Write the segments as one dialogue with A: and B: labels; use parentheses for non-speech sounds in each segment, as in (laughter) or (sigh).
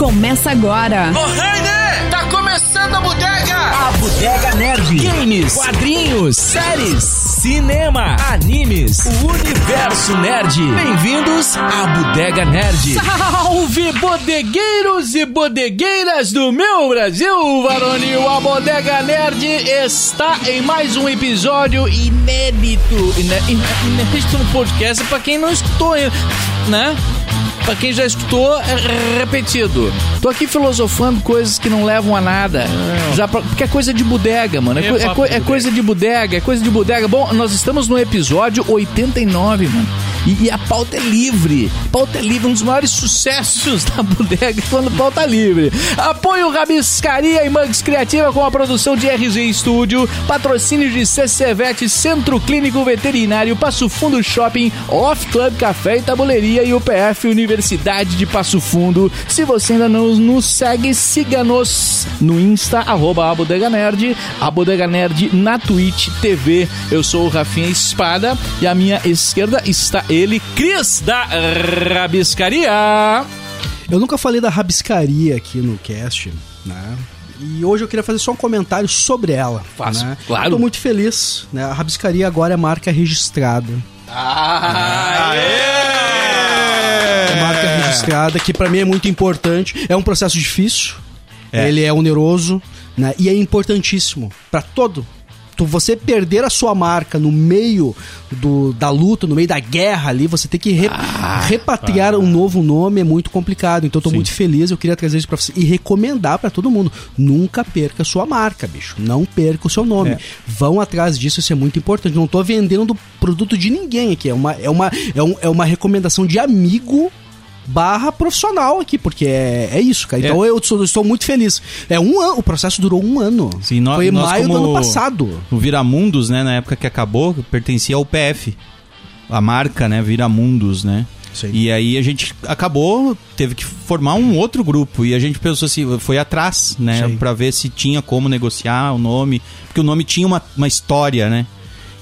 A: Começa agora!
B: Ô, Rainer! Tá começando a bodega!
C: A Bodega Nerd. Games, quadrinhos, séries, cinema, animes, o universo nerd. Bem-vindos à Bodega Nerd.
D: Salve bodegueiros e bodegueiras do meu Brasil, varonil! A Bodega Nerd está em mais um episódio inédito. Iné, iné- inédito no podcast pra quem não escutou, né? Pra quem já escutou, é repetido. Tô aqui filosofando coisas que não levam a nada. Já pra- porque é coisa de bodega, mano. É,
E: É
D: co- é
E: papo
D: co-
E: de
D: é coisa de bodega, é coisa de bodega. Bom, nós estamos no episódio 89, mano. E, e a pauta é livre. Pauta é livre, um dos maiores sucessos (laughs) da bodega quando pauta é livre. Apoio Rabiscaria e Mugs Criativa com a produção de RG Studio, patrocínio de CCVET, Centro Clínico Veterinário, Passo Fundo Shopping, Off Club Café e Tabuleiria e UPF Universidade de Passo Fundo. Se você ainda não nos segue, siga-nos no Insta, arroba Abodega Nerd, Abodega Nerd na Twitch TV. Eu sou o Rafinha Espada e à minha esquerda está ele, Cris da Rabiscaria.
F: Eu nunca falei da rabiscaria aqui no cast, né? E hoje eu queria fazer só um comentário sobre ela.
D: Faça,
F: né?
D: claro.
F: Eu Tô muito feliz, né? A rabiscaria agora é marca registrada. É marca registrada, que pra mim é muito importante. É um processo difícil, ele é oneroso, né? E é importantíssimo pra todo. Tu, você perder a sua marca no meio do, da luta, no meio da guerra ali, você tem que re- repatriar um novo nome, é muito complicado. Então eu tô muito feliz, eu queria trazer isso pra você e recomendar pra todo mundo. Nunca perca a sua marca, bicho. Não perca o seu nome.
E: É.
F: Vão atrás disso, isso é muito importante. Não tô vendendo produto de ninguém aqui. É uma, é uma, é um- é uma recomendação de amigo barra profissional aqui, porque é, é isso, cara. Então eu sou- estou muito feliz. É um ano, o processo durou um ano.
E: Sim, nó-
F: Foi em
E: nós
F: maio do
E: como-
F: ano passado.
E: O Viramundos, né, na época que acabou, pertencia ao PF. A marca, né, Viramundos, né?
F: Sim.
E: E aí a gente acabou, teve que formar um outro grupo. E a gente pensou assim, foi atrás, né?
F: Sim.
E: Pra ver se tinha como negociar o nome. Porque o nome tinha uma, uma história, né?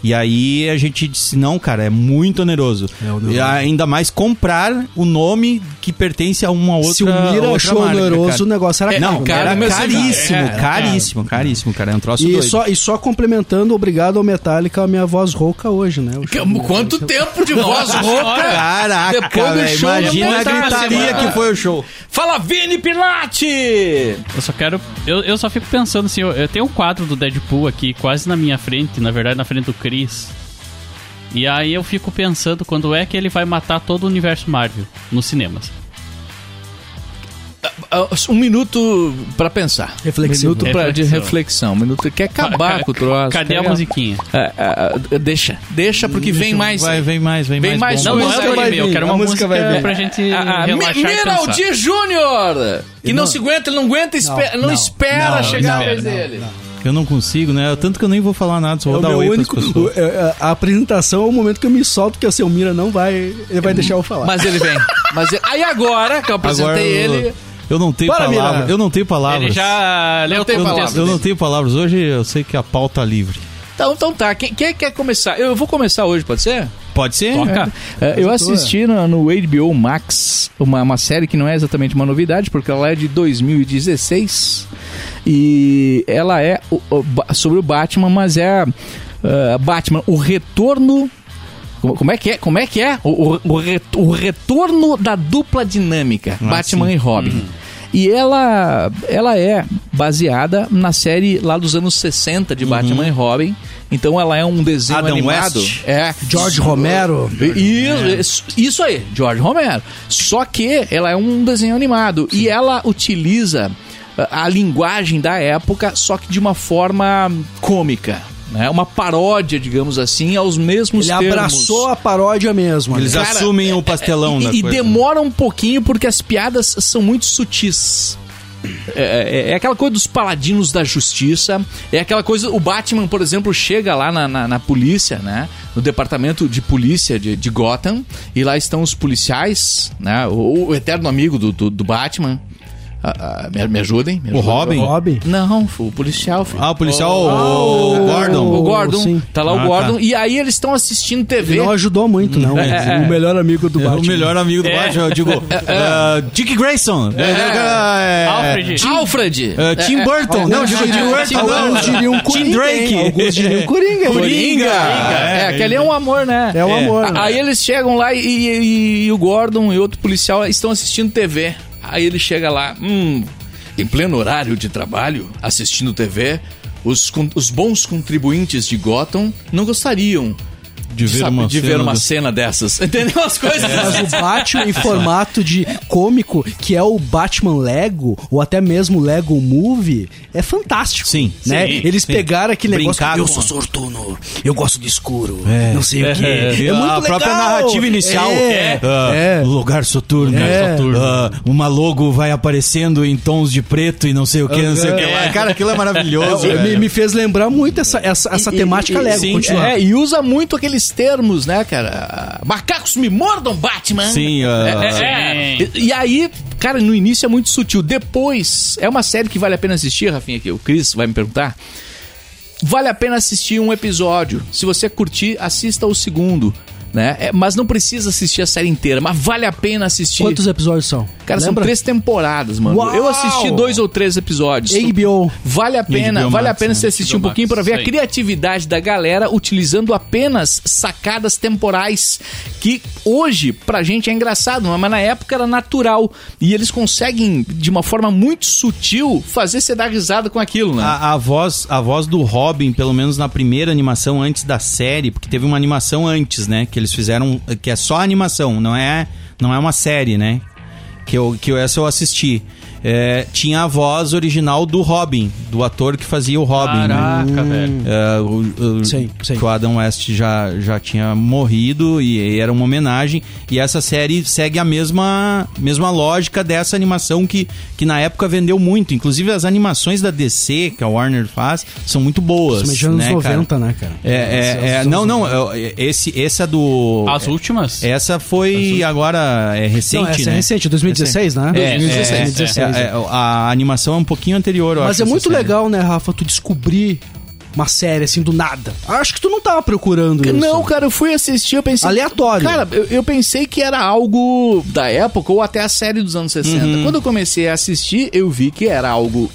E: E aí a gente disse, não, cara, é muito oneroso.
F: É oneroso.
E: E ainda mais comprar o nome que pertence a uma outra
F: Se o Mira
E: outra
F: achou
E: marca,
F: oneroso, o
E: cara. É,
F: negócio era
E: Não,
F: caro, né?
E: cara,
D: meu
E: caríssimo,
D: senhor. É,
E: caríssimo, caríssimo, cara. É um troço
F: E
E: doido.
F: só, e só complementando, obrigado ao Metallica, a minha voz rouca hoje, né? Eu-
D: Quanto tempo de voz rouca! Depois
E: Caraca,
D: do
E: velho,
D: show,
E: imagina
D: não
E: a
D: tá,
E: gritaria
D: mano.
E: que foi o show.
D: Fala, Vini Pilate!
G: Eu só quero. Eu, eu só fico pensando assim, eu, eu tenho um quadro do Deadpool aqui, quase na minha frente, na verdade na frente do Chris. E aí eu fico pensando quando é que ele vai matar todo o universo Marvel nos cinemas.
D: Ah, Um minuto pra pensar.
F: Reflexivo.
D: Minuto pra, de
G: Reflexão.
D: reflexão. Um minuto quer acabar
G: Ca-
D: com o troço.
G: Cadê
D: quer-
G: a musiquinha?
D: É, é, é, deixa, deixa porque vem mais.
E: Vai, vem mais, vem,
D: É Vem mais
E: mais.
G: Não,
D: A
G: não
D: música
G: é o
D: vai
G: anime, eu
D: vir,
G: quero
D: a
G: uma
D: música
G: música,
D: vai vir.
G: pra gente
D: Ah, ah, Mi-
G: relaxar e pensar.
D: Miraldi Júnior! Que não,
F: Não.
D: se aguenta, ele não aguenta, espe- não,
F: não,
D: espera
E: não,
D: chegar a
E: não,
D: vez
F: não,
D: dele.
E: Eu não consigo, né? Eu- Tanto que eu nem vou falar nada, só
F: É
E: vou
F: o
E: dar
F: meu
E: oi
F: único.
E: pras pessoas.
F: o- é- a, a apresentação é o momento que eu me solto, que o seu Mira não vai. Ele
E: É,
F: vai deixar eu falar.
D: Mas ele vem. Mas ele- aí agora que eu apresentei
E: (laughs) Agora eu,
D: ele.
E: eu não tenho
F: Bora,
E: palavras.
F: Mira.
E: Eu não tenho palavras.
G: Ele já leu
D: tem
G: todo o
D: palavra.
G: texto.
E: Eu não tenho palavras. Hoje eu sei que a pau tá livre.
D: Então, então tá, quem, quem quer começar? Eu vou começar hoje, pode ser?
E: Pode ser?
G: Toca.
D: É, eu assisti no, no HBO Max uma, uma série que não é exatamente uma novidade, porque ela é de 2016 e ela é o- o Ba- sobre o Batman, mas é ah, Batman, o retorno. Como como é que é? Como é que é? O, o- o re- o retorno da dupla dinâmica, Batman e Robin. E ela, ela é baseada na série lá dos anos 60 de Batman e Robin. Então ela é um desenho
E: Adam
D: animado.
E: West.
D: É.
F: George Romero.
D: E- Isso, isso aí, George Romero. Só que ela é um desenho animado e ela utiliza ah, a, a linguagem da época, só que de uma forma cômica. Né? Uma paródia, digamos assim, aos mesmos
F: Ele
D: termos.
F: abraçou a paródia mesmo.
E: Eles
F: né?
D: Cara,
E: assumem o pastelão da
D: E, e
E: coisa. né?
D: demora um pouquinho porque as piadas são muito sutis. É, é- é aquela coisa dos paladinos da justiça. É aquela coisa. O Batman, por exemplo, chega lá na, na- na polícia, né? No departamento de polícia de, de Gotham. E lá estão os policiais, né? O, o eterno amigo do, do, do Batman. Ah, ah, me, me ajudem? me
E: O
D: ajudem.
E: Robin?
F: Robin?
D: Não, o policial, filho.
E: Ah, o policial, o, o Gordon.
D: O Gordon.
F: sim.
D: Tá lá
E: Ah,
D: o Gordon. E aí eles estão assistindo TV.
F: Ele não ajudou muito, não.
D: É.
F: O melhor amigo do
E: É,
F: oh, Batman.
E: o melhor amigo do Batman, eu digo. ah, Dick Grayson. É, é,
G: Alfred.
D: Alfred!
E: é, Tim Burton. Não, digo Tim Burton, não.
F: Alguns diriam
E: Tim
F: Coringa.
E: Drake.
F: hein? Alguns diriam Coringa. hein?
D: Coringa! É, aquele é um amor, né?
F: É o amor.
D: (laughs)
F: né?
D: Aí eles chegam lá e, e- e o Gordon e outro policial estão assistindo TV. Aí ele chega lá, hum, em pleno horário de trabalho, assistindo TV, os, con- os bons contribuintes de Gotham não gostariam
E: De ver
D: sabe,
E: uma
D: de ver
E: cena
D: uma
E: do- É.
D: cena dessas. (laughs) Entendeu as coisas?
F: Mas o Batman em formato de cômico, que é o Batman Lego, ou até mesmo Lego Movie, é fantástico.
E: Sim,
F: né?
E: sim,
F: Eles
E: sim.
F: pegaram aquele
E: Brincar
F: negócio. Eu
E: com
F: sou
E: a-
F: sortuno, eu gosto de escuro, não sei o quê.
E: É,
F: É,
E: a
F: muito
E: própria
F: legal.
E: narrativa inicial.
F: É,
E: Ah,
F: é.
E: o Lugar soturno.
F: É.
E: Ah, uma logo vai aparecendo em tons de preto e não sei o que, não sei o que. lá. Cara, aquilo é maravilhoso.
F: É, me,
E: velho.
F: me fez lembrar muito essa, essa, essa temática Lego.
E: sim,
F: Continua.
D: É, e usa muito aqueles termos, né, cara? Macacos me mordam, Batman!
E: Sim, ah,
G: É.
D: E, e aí, cara, no início é muito sutil. Depois, é uma série que vale a pena assistir, Rafinha, que o Cris vai me perguntar. Vale a pena assistir um episódio. Se você curtir, assista o segundo. Né? É, mas não precisa assistir a série inteira, mas vale a pena assistir.
F: Quantos episódios são?
D: Cara, são
F: Lembra?
D: três temporadas, mano.
F: Uau!
D: Eu assisti dois ou três episódios.
F: HBO.
D: Vale a pena,
E: HBO
D: vale a
E: Max,
D: pena
E: né?
D: você assistir
G: HBO
D: um pouquinho
G: Max,
D: para ver
G: isso
D: a
G: aí.
D: criatividade da galera utilizando apenas sacadas temporais que hoje pra gente é engraçado, mas na época era natural e eles conseguem de uma forma muito sutil fazer você dar risada com aquilo, né?
E: A, a voz, a voz do Robin, pelo menos na primeira animação antes da série, porque teve uma animação antes, né? Que eles fizeram, que é só animação, não é, não é uma série, né? Que, eu, que eu, essa eu assisti. É, tinha a voz original do Robin, do ator que fazia o Robin. né?
G: Caraca, velho.
E: É, o, o-
F: Sim, sim.
E: Que o Adam West já, já tinha morrido e, era uma homenagem. E essa série segue a mesma, mesma lógica dessa animação que, que na época vendeu muito. Inclusive as animações da DC, que a Warner faz, são muito boas.
F: Mas já nos
E: né,
F: 90,
E: cara?
F: né, cara?
E: É, é, é, não, não. é, Esse, essa do.
G: As últimas?
E: Essa foi agora é recente,
F: Não, essa
E: né?
F: é recente, 2016, né?
E: É,
G: 2016,
E: é,
F: 2016, é.
E: é, é, a animação é um pouquinho anterior, eu
F: Mas
E: acho,
F: é
E: essa
F: muito
E: série.
F: legal, né, Rafa, tu descobrir uma série assim do nada. Acho que tu não tava procurando isso.
D: Não, cara, eu fui assistir, eu pensei.
F: Aleatório.
D: Cara, eu, eu pensei que era algo da época ou até a série dos anos 60. Quando eu comecei a assistir, eu vi que era algo.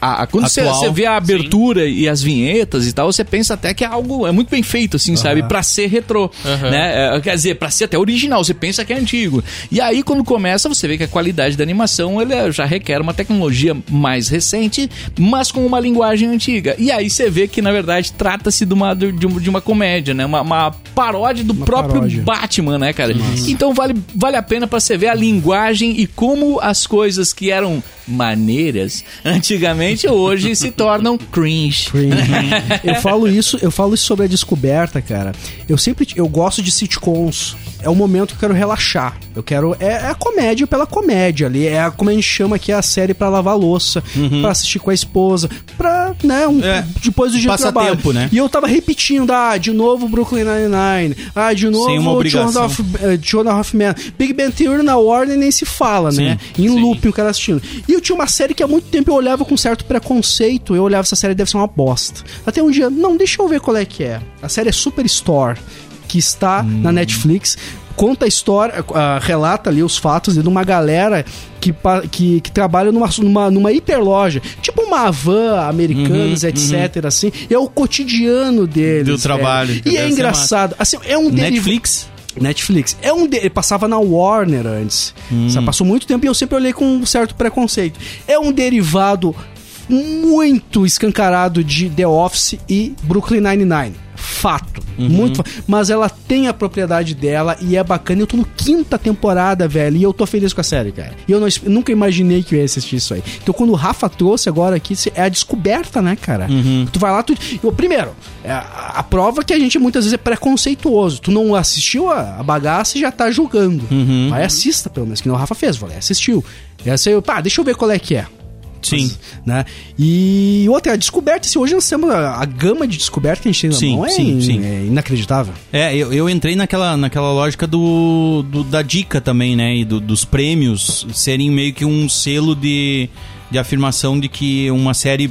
D: a- a- quando você,
E: Atual.
D: você vê a abertura e as vinhetas e tal, você pensa até que é algo. É muito bem feito, assim, sabe? Pra ser retrô. Né? É, quer dizer, pra ser até original, você pensa que é antigo. E aí, quando começa, você vê que a qualidade da animação ele é- já requer uma tecnologia mais recente, mas com uma linguagem antiga. E aí você vê que, na verdade, trata-se de uma, de, um- de uma comédia, né? Uma, uma paródia do próprio
F: paródia.
D: Batman, né, cara? Então vale, vale a pena pra você ver a linguagem e como as coisas que eram maneiras antigamente hoje se tornam cringe.
E: (laughs)
F: eu falo isso, eu falo isso sobre a descoberta, cara. Eu sempre eu gosto de sitcoms. É o momento que eu quero relaxar. Eu quero é, é a comédia pela comédia ali, é a, como a gente chama aqui a série pra lavar a louça, pra assistir com a esposa, pra, né, um-
E: Uhum. É,
F: depois do dia de trabalho.
E: passatempo, né?
F: E eu tava repetindo, ah, de novo Brooklyn Nine-Nine, ah, de novo
E: Sem uma obrigação.
F: Hoff- eh, Jonah Hoffman. Big Ben Theory na ordem nem se fala, né? Em looping o cara assistindo. E eu tinha uma série que há muito tempo eu olhava com certo preconceito. Eu olhava essa série deve ser uma bosta. Até um dia, não, deixa eu ver qual é que é. A série é Superstore, que está
E: Hum.
F: na Netflix. Conta a história, ah, relata ali os fatos de uma galera que, pa- que, que trabalha numa, numa, numa hiperloja. Tipo uma Havan, americanas, etc. Assim. É o cotidiano deles.
E: Uhum, Do trabalho,
F: velho.
E: que
F: E é
E: deve ser
F: engraçado. Assim, é um deriva-
E: Netflix?
F: Netflix. É um de... ele Passava na Warner antes. Sabe, Passou muito tempo e eu sempre olhei com um certo preconceito. É um derivado muito escancarado de The Office e Brooklyn Nine-Nine. Fato. Muito fa- Mas ela tem a propriedade dela e é bacana. Eu tô no quinta temporada, velho, e eu tô feliz com a série, cara. E eu não es- nunca imaginei que eu ia assistir isso aí. Então quando o Rafa trouxe agora aqui, se- é a descoberta, né, cara?
E: Uhum.
F: Tu vai lá, tu. eu- Primeiro, é a, a prova que a gente muitas vezes é preconceituoso. Tu não assistiu a, a bagaça e já tá
E: Uhum.
F: julgando. Vai assista, pelo menos, que nem o Rafa fez, vou lá, assistiu. E aí você, pá, deixa eu ver qual é que é.
E: Sim.
F: Mas, né? E outra, é a descoberta, se hoje nós temos a, a gama de descoberta que a gente tem na
E: Sim,
F: mão é,
E: sim,
F: in-
E: sim.
F: é inacreditável.
E: É, eu, eu entrei naquela, naquela lógica do, do- da dica também, né? E do- dos prêmios serem meio que um selo de, de afirmação de que uma série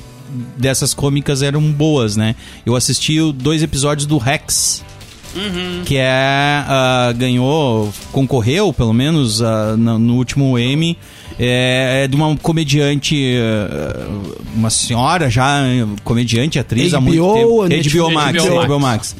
E: dessas cômicas eram boas, né? Eu assisti o- dois episódios do Rex. Que é. ah, ganhou, concorreu, pelo menos, ah, no, no último M. É, é de uma comediante. ah, uma senhora já, eh, comediante, atriz há muito
F: HBO,
E: tempo.
F: Netflix,
E: HBO Max,
G: HBO Max.
E: HBO Max.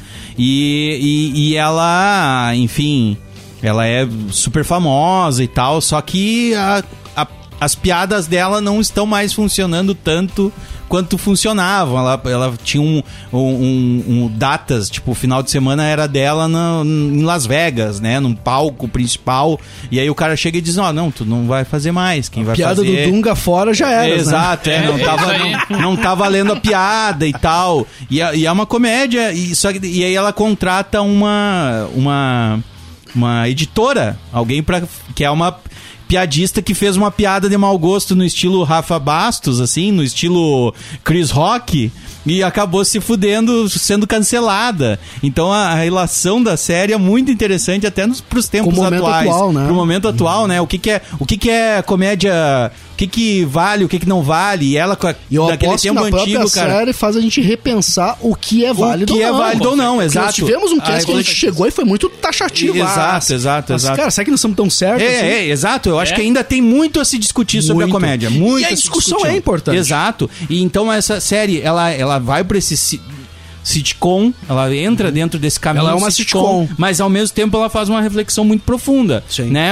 E: E, e, e ela, enfim, ela é super famosa e tal, só que a- a- as piadas dela não estão mais funcionando tanto quanto funcionavam. Ela, ela tinha um, um- um- um datas, tipo, o final de semana era dela na- em Las Vegas, né? Num palco principal. E aí o cara chega e diz, ó, não, tu não vai fazer mais. Quem vai
F: Piada
E: fazer...
F: do Dunga fora já era. né?
E: Exato, é, não,
G: É,
E: tava,
G: isso aí.
E: não, não tá valendo a piada e tal. E, é- e é uma comédia, e, só, que- e aí ela contrata uma, uma, uma editora, alguém pra, que é uma piadista que fez uma piada de mau gosto no estilo Rafa Bastos, assim, no estilo Chris Rock, e acabou se fudendo, sendo cancelada. Então a, a relação da série é muito interessante até nos, pros tempos
F: Com o momento
E: atuais.
F: atual, né?
E: Pro momento atual, né? O que que é, o que que é comédia, o que que vale, o que que não vale, e ela com a,
F: E eu
E: daquele
F: aposto que
E: tempo
F: na própria
E: antigo, cara.
F: série né? faz a gente repensar o que é válido
E: que
F: ou
E: é
F: não.
E: válido ou não,
F: Porque
E: exato.
F: Nós tivemos um cast
E: Aí,
F: que a gente
E: quando-
F: chegou e foi muito taxativo.
E: Exato,
F: Ah,
E: exato,
F: mas,
E: exato.
F: Cara, será que não somos tão certos? assim?
E: É, é, exato. Eu acho
G: É.
E: que ainda tem muito a se discutir sobre
F: Muito.
E: a comédia.
F: E
E: Muito
F: a
E: a se
F: discussão
E: discutir.
F: é importante.
E: Exato. E então essa série, ela, ela vai pra esse si- sitcom, ela entra dentro desse caminho
F: Ela é uma sitcom.
E: mas ao mesmo tempo ela faz uma reflexão muito profunda,
F: Sim.
E: né?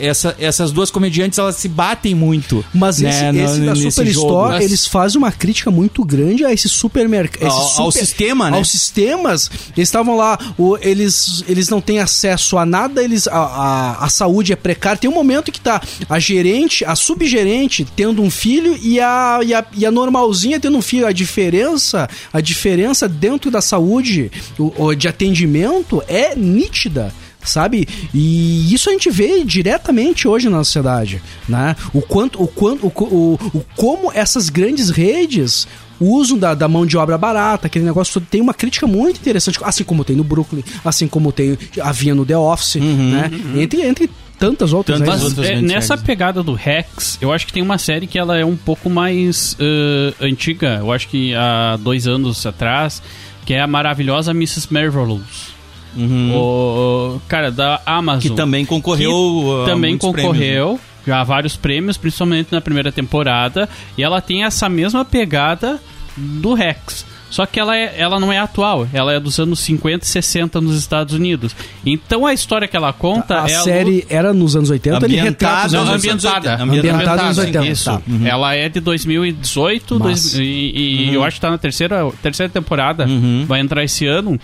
E: Essa- essas duas comediantes elas se batem muito,
F: Mas
E: né?
F: esse,
E: no-
F: esse da
E: nesse
F: Super
E: jogo.
F: Store,
E: Mas-
F: eles fazem uma crítica muito grande a esse supermercado.
E: Ao- ao sistema, né?
F: Aos sistemas. Eles estavam lá, o- eles, eles não têm acesso a nada, eles a, a, a saúde é precária. Tem um momento que tá a gerente, a subgerente tendo um filho e a, e a, e a normalzinha tendo um filho. A diferença, a diferença dentro da saúde, o- o de atendimento, é nítida sabe? E isso a gente vê diretamente hoje na sociedade, né? O quanto, o quanto, o, co- o, o como essas grandes redes usam da, da mão de obra barata, aquele negócio todo. Tem uma crítica muito interessante, assim como tem no Brooklyn, assim como tem havia no The Office, né? Entre, entre tantas outras.
E: Uhum, Tantas
F: né?
E: outras.
G: Mas
E: outras
G: é,
E: grandes
G: nessa
E: séries, né?
G: pegada do Rex, eu acho que tem uma série que ela é um pouco mais ãh, antiga. Eu acho que há dois anos atrás, que é a maravilhosa Mrs. Marvelous. O, cara, da Amazon.
E: Uhum. que também concorreu,
G: Que
E: a
G: também
E: muitos prêmios, né?
G: concorreu já a vários prêmios, principalmente na primeira temporada, e ela tem essa mesma pegada do Rex. Só que ela, é, ela não é atual, ela é dos anos 50 e 60 nos Estados Unidos. Então a história que ela conta
F: a
G: é
F: série era nos anos 80, ele retrata
E: Ambientada
F: os
G: Não,
E: nos
F: anos
E: anos
G: ambientada.
E: 80.
F: Ambientada nos
G: Ambientada,
F: 80,
G: Isso.
F: tá.
G: Ela é de 2018
F: Massa.
G: dois- e, e eu acho que tá na terceira, terceira temporada. Vai entrar esse ano.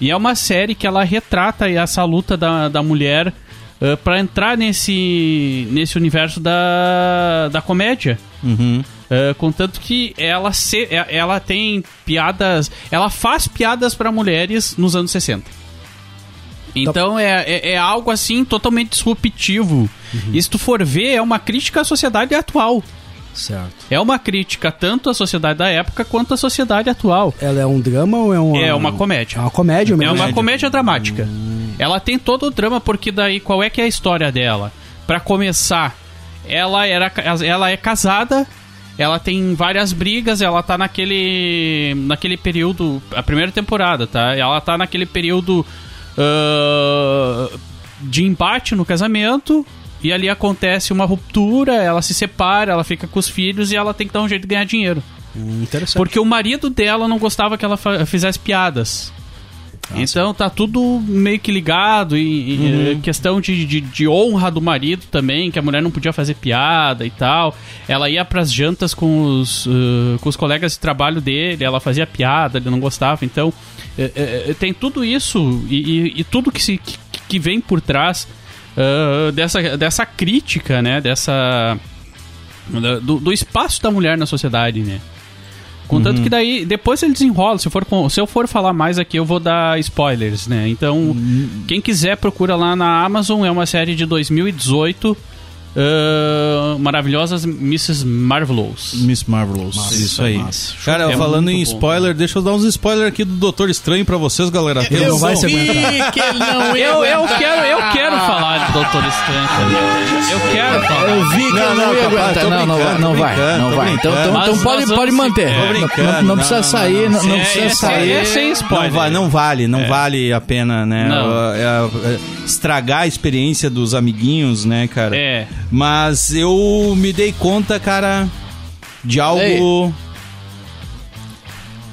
G: E é uma série que ela retrata aí essa luta da, da mulher para pra entrar nesse, nesse universo da, da comédia. Uh, contanto que ela, se, é- ela tem piadas. Ela faz piadas para mulheres nos anos 60. Então é, é, é algo assim totalmente disruptivo. E se tu for ver, é uma crítica à sociedade atual.
F: Certo.
G: É uma crítica tanto à sociedade da época quanto à sociedade atual.
F: Ela é um drama ou é uma
G: É uma
F: É
G: comédia.
F: uma comédia
G: É
F: mesmo.
G: uma comédia dramática. Ela tem todo o drama, porque daí qual é que é a história dela? Pra começar, ela, era, ca- ela é casada, ela tem várias brigas, ela tá naquele. naquele período. A primeira temporada, tá? Ela tá naquele período ah, de embate no casamento. E ali acontece uma ruptura, ela se separa, ela fica com os filhos e ela tem que dar um jeito de ganhar dinheiro.
F: Interessante.
G: Porque o marido dela não gostava que ela fa- fizesse piadas. então tá tudo meio que ligado e, e, eh, questão de, de, de honra do marido também, que a mulher não podia fazer piada e tal. Ela ia pras jantas com os, eh, com os colegas de trabalho dele, ela fazia piada, ele não gostava. Então eh, eh, tem tudo isso e, e- e tudo que, se, que, que vem por trás ah, dessa, dessa crítica, né? Dessa. da- Do, do espaço da mulher na sociedade, né? Contanto
E: Uhum.
G: que daí, depois ele desenrola. Se, for, com- se eu for falar mais aqui, eu vou dar spoilers,
E: Uhum.
G: né? Então, quem quiser, procura lá na Amazon. É uma série de 2018. ah, maravilhosas Mrs. Marvelous.
E: Miss Marvelous. isso aí.
F: massa.
E: Cara,
G: É
E: falando em
G: muito bom.
E: spoiler, deixa eu dar uns spoilers aqui do Doutor Estranho pra vocês, galera. Tem
F: não
E: um-
F: vai se aguentar.
G: (laughs) Eu, eu quero, eu
D: Ah.
G: quero falar de Doutor Estranho. cara. Eu quero falar.
H: Eu vi que
E: Não,
H: eu não,
E: não,
H: ia
E: capaz,
H: aguentar.
E: tô
H: Não, não, vai,
E: brincando,
H: não
E: tô
H: vai,
E: brincando,
H: não
E: tô
H: vai. Então, então,
E: brincando.
H: então
G: Mas
H: pode,
G: nós
H: pode
G: vamos
H: manter.
G: seguir.
E: Tô
H: Não-
E: brincando,
H: Não, não
E: É, não,
H: precisa
E: não,
H: sair, não,
E: não,
H: não
G: É,
H: precisa
G: esse aí
H: sair.
G: é sem spoiler.
E: Não, va- não vale, não vale a pena, né?
G: Não.
E: É, é, é, estragar a experiência dos amiguinhos, né, cara?
G: É.
E: Mas eu me dei conta, cara, de algo.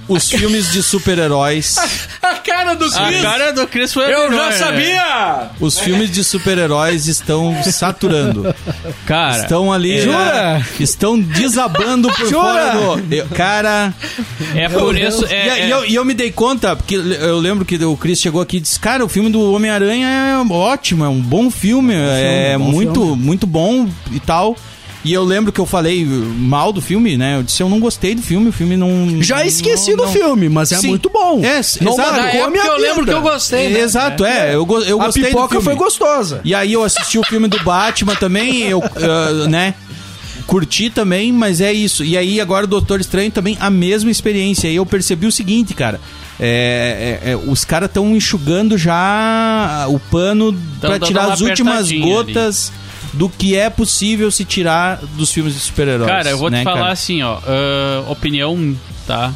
E: Os filmes de (laughs) super-heróis.
H: A cara do
G: A cara do Chris foi a melhor, né?
E: Os filmes de super-heróis estão saturando.
G: Cara,
E: Estão ali. né?
F: Jura?
E: Estão desabando por
F: é- Jura?
E: fora do. Eu- cara.
G: é por isso. É,
E: e,
G: é-
E: e eu, e eu me dei conta, porque eu lembro que o Chris chegou aqui e disse: Cara, o filme do Homem-Aranha é ótimo, é um bom filme, é
F: bom
E: muito,
F: filme."
E: muito bom e tal. E eu lembro que eu falei mal do filme, né? Eu disse: Eu não gostei do filme, o filme não.
F: Já
E: não-
F: esqueci
E: não-
F: do
E: não."
F: filme, mas é
E: Sim.
F: muito bom.
E: É, s-
F: Não
E: exato.
F: marcou
H: Na época
F: minha
H: eu lembro
F: vida.
H: que eu gostei, né?
E: Exato, é. Eu, go- eu
F: A
E: gostei do
F: pipoca
E: filme.
F: foi gostosa.
E: E aí eu assisti o filme do Batman também, eu, ah, né? Curti também, mas é isso. E aí agora o Doutor Estranho também, a mesma experiência. E eu percebi o seguinte, cara. é, é, é, os caras estão enxugando já o pano pra
G: dando
E: tirar
G: uma
E: as últimas
G: apertadinha ali.
E: gotas do que é possível se tirar dos filmes de super-heróis.
G: Cara, eu vou
E: né,
G: te falar
E: cara?
G: assim, ó. ah, opinião, tá?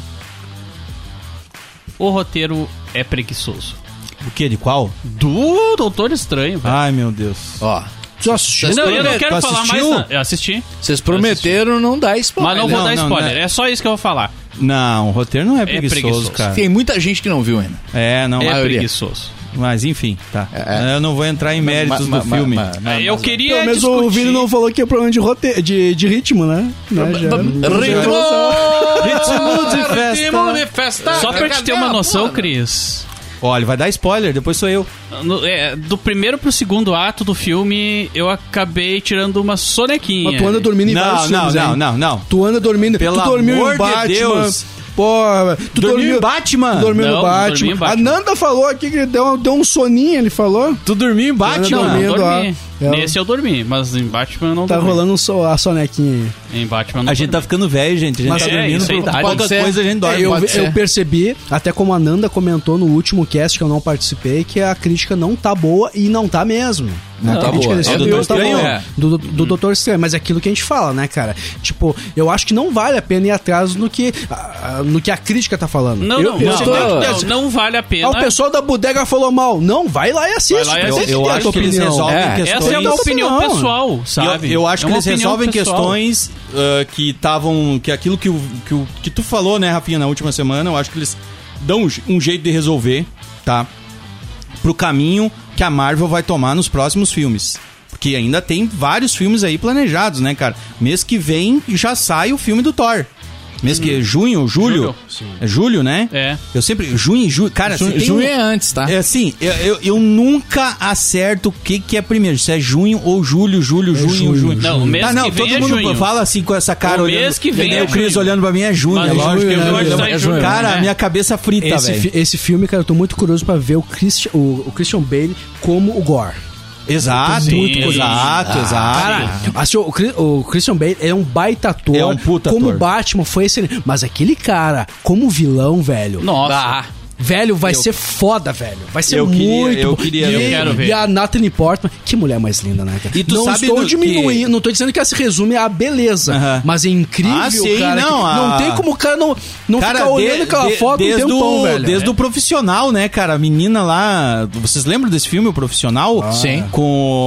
G: O roteiro é preguiçoso.
E: O que? De qual?
G: Do Doutor Estranho,
F: Ah,
G: velho.
E: Ai, meu Deus.
H: Ó,
F: Tu assistiu?
G: não, eu não
H: prometo-
G: quero
E: tu
G: falar mais.
E: assistiu?
G: na- Eu assisti,
H: vocês prometeram não dar spoiler.
G: mas não vou
E: não,
G: dar
E: não,
G: spoiler.
F: né?
E: não
G: É só isso que eu vou falar.
E: Não, o roteiro não é preguiçoso,
G: preguiçoso.
E: cara.
H: Tem muita gente que não viu ainda.
E: É, não.
G: é
E: mas-
H: maioria.
G: preguiçoso.
E: Mas enfim, tá.
H: É,
E: Eu não vou entrar em méritos
H: Ma- ma-
E: do
H: ma-
E: filme.
H: ma- ma-
G: eu queria
F: É, Pelo menos
G: é discutir...
F: o Vini não falou que é problema de, rote... de, de ritmo, né? né
E: É.
F: já.
E: Ritmo de festa.
H: Ritmo de festa.
G: Só pra te ter uma noção, Cris.
E: Olha, vai dar spoiler, depois sou eu.
G: no- é, do primeiro pro segundo ato do filme, eu acabei tirando uma sonequinha.
F: Mas tu anda dormindo em vários
E: Não, não,
F: filmes,
E: não,
F: hein?
E: não, não.
F: Tu anda dormindo.
E: Pelo
F: tu dormiu
E: amor
F: em
E: de
F: Batman.
E: Deus.
F: Pô, tu
E: Dormiu
F: dormiu
E: em Batman?
F: Tu dormiu no
G: Não, não
F: Batman.
G: dormi em Batman.
F: A Nanda falou aqui que deu, deu um soninho, ele falou.
E: Tu dormiu em
F: Eu
G: Não,
E: Batman?
F: dormi.
G: eu dormi.
F: ó.
G: Nesse eu dormi, mas em Batman eu não
F: ah. É. Tá
G: dormi.
F: rolando um so- a sonequinha aí.
G: Em Batman eu não
E: A gente tá ficando velho, gente. A gente
F: Mas
E: tá
F: é,
E: dormindo
G: isso aí
E: por
G: dá.
E: por
H: Pode
E: pouca
H: ser.
E: coisa, a gente
H: É,
E: dorme.
F: Eu,
H: Pode
F: eu
H: ser.
F: percebi, até como a Nanda comentou no último cast que eu não participei, que a crítica não tá boa e não tá mesmo.
H: Não
F: A
H: tá
F: crítica
H: boa.
F: desse
E: É do
F: filme
E: Doutor
F: não tá
E: Estranho?
F: boa.
H: É.
F: Do, do Doutor Estranho, mas é aquilo que a gente fala, né, cara? Tipo, eu acho que não vale a pena ir atrás no que, ah, ah, no que a crítica tá falando.
G: Não,
F: eu,
G: não,
F: eu
G: não,
F: sei
G: não,
F: que-
G: não, não vale a
F: Ah,
G: pena.
F: o pessoal da bodega falou mal. Não, vai lá e assiste. tu
G: Vai lá e
F: tem
G: assiste.
F: que ter
E: Eu
F: é a
E: acho
F: tua
E: que eles
F: opinião.
E: resolvem
H: É.
E: questões.
G: Essa é uma
F: Não,
G: opinião
F: não.
G: pessoal, sabe?
E: Eu, eu acho
G: É
E: que
G: uma
E: eles
G: opinião
E: resolvem
G: pessoal.
E: questões ah, que estavam. que aquilo que, o, que, o, que tu falou, né, Rafinha, na última semana, eu acho que eles dão um, je- um jeito de resolver, tá? Pro caminho que a Marvel vai tomar nos próximos filmes. Porque ainda tem vários filmes aí planejados, né, cara? Mês que vem já sai o filme do Thor. Mês que é junho, julho?
G: Hum. Julho,
E: É julho, né?
G: É.
E: Eu sempre. Junho e julho. Cara, se
H: Ju-
E: tem um-
H: Junho é antes, tá?
E: é assim, eu, eu, eu nunca acerto o que, que é primeiro, se é junho ou julho, julho, junho,
F: junho,
E: junho.
G: Não, o mês
E: ah, não,
G: que vem
E: todo
G: é
E: mundo
G: junho.
E: fala assim com essa cara
G: O
E: olhando.
G: mês que vem
E: E daí
G: é
E: o Cris
G: junho.
E: olhando pra mim é junho,
G: Mas
E: é lógico. que
G: julho,
E: é
G: eu
E: junho.
G: gosto de
H: é
G: sair em
H: junho.
G: julho,
E: Cara,
G: né?
E: minha cabeça frita,
F: Esse,
E: velho.
F: fi- esse filme, cara, eu tô muito curioso pra ver o, Christian, o, o Christian Bale como o Gore.
E: Exato,
G: Sim,
E: muito
G: sim.
E: exato, exato.
F: Assim, o, Cri- o Christian Bale é um baita ator.
E: É um puta
F: Como
E: ator.
F: Batman foi excelente. Mas aquele cara, como vilão, velho.
G: Nossa.
F: Velho, vai ser foda, velho. Vai ser
E: eu queria-
F: muito. bom.
E: eu queria
F: e,
E: ver.
G: Eu quero ver.
F: E a Natalie Portman, que mulher mais linda, né, cara?
E: E tu
F: não
E: sabe
F: estou
E: do
F: diminuindo,
E: que-
F: não tô dizendo que ela se resume à beleza,
E: Aham.
F: mas é incrível,
E: Ah, sim,
F: cara. que-
E: não, a-
F: tem como o cara não, não
E: Cara,
F: ficar
E: de-
F: olhando aquela
E: de-
F: foto um
E: desde
F: tempão,
E: o,
F: velho.
E: Desde o profissional, né, cara? A menina lá. Vocês lembram desse filme, o profissional?
H: Sim.
E: Com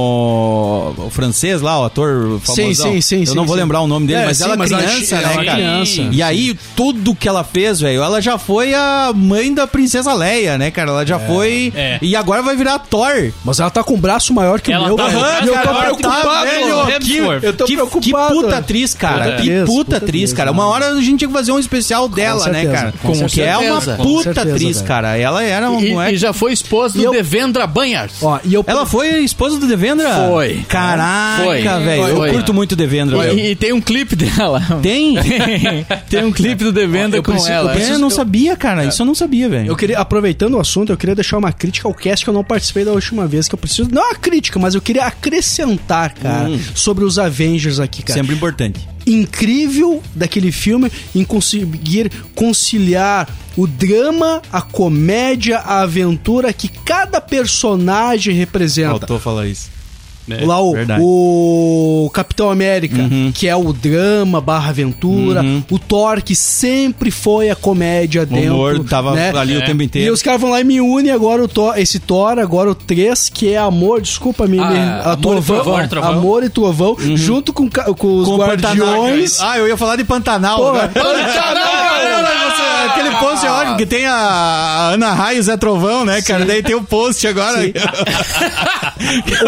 E: o, o francês lá, o ator famosão.
F: Sim, sim, sim,
E: Eu
F: sim,
E: não vou
F: sim.
E: lembrar o nome dele,
F: É,
E: mas
F: sim,
E: ela
F: mas ela-
E: criança,
F: ela
E: né,
F: era
E: cara?
F: criança.
E: E aí, tudo que ela fez, velho, ela já foi a mãe da princesa Leia, né, cara? Ela já foi.
G: É.
E: E agora vai virar a Thor.
F: Mas ela tá com o braço maior que
G: Ela
F: o meu,
G: tá-
E: um
F: velho.
G: Aham,
F: E eu
G: cara,
F: tô
G: ela tá
F: preocupado,
G: velho.
E: que,
G: Hemsworth.
E: eu tô
F: Que-
E: preocupado.
F: que puta
E: puta atriz, cara.
G: Puta
E: que
F: atriz,
E: puta,
F: puta
E: atriz,
F: atriz,
E: cara.
F: mano.
E: Uma hora a gente tinha que fazer um especial dela,
F: certeza,
E: né, cara?
F: com
E: que é uma
H: certeza.
E: puta
F: Com certeza,
E: atriz,
F: velho.
E: cara. Ela era um uma
H: E,
E: mulher-
H: e já foi esposa
F: E
H: do
F: eu-
H: Devendra Banhars.
F: Ó, e eu
E: Ela foi esposa do Devendra?
H: Foi. Foi.
E: Caraca, velho.
H: Foi.
E: Eu curto muito Devendra, velho.
H: E, e tem um clipe dela.
E: Tem?
H: Tem um clipe do Devendra
F: Eu
H: com
F: preciso-
H: ela.
E: Eu não sabia, cara. Isso eu não sabia, velho.
F: Eu queria, aproveitando o assunto, eu queria deixar uma crítica ao cast que eu não participei da última vez, que eu preciso. Não é uma crítica, mas eu queria acrescentar, cara, sobre os Avengers aqui, cara.
E: Hum. Sempre importante.
F: incrível daquele filme em conseguir conciliar o drama, a comédia, a aventura que cada personagem representa.
E: Faltou falar isso.
G: É,
F: Lá o,
E: verdade. Uhum.
F: o Capitão América, que é o drama barra aventura. O Thor, que sempre foi a comédia dentro.
E: humor tava
F: né?
E: ali o tempo inteiro.
F: E os caras vão lá e me unem agora o Thor, esse Thor, agora o 3, que é amor, desculpa, me,
E: Ah,
F: me- a
H: Amor e
F: trovão,
H: Trovão.
F: amor e trovão, junto com, ca- com os
E: Uhum. Com
F: guardiões.
E: Pantanal. Ah, eu ia falar de Pantanal. né?
F: Porra,
E: (laughs) agora.
F: Pantanal!
E: Cara, você- Aquele post é ótimo, que tem a- a Ana Raia e o Zé Trovão, né, cara? Daí tem o post agora. (laughs)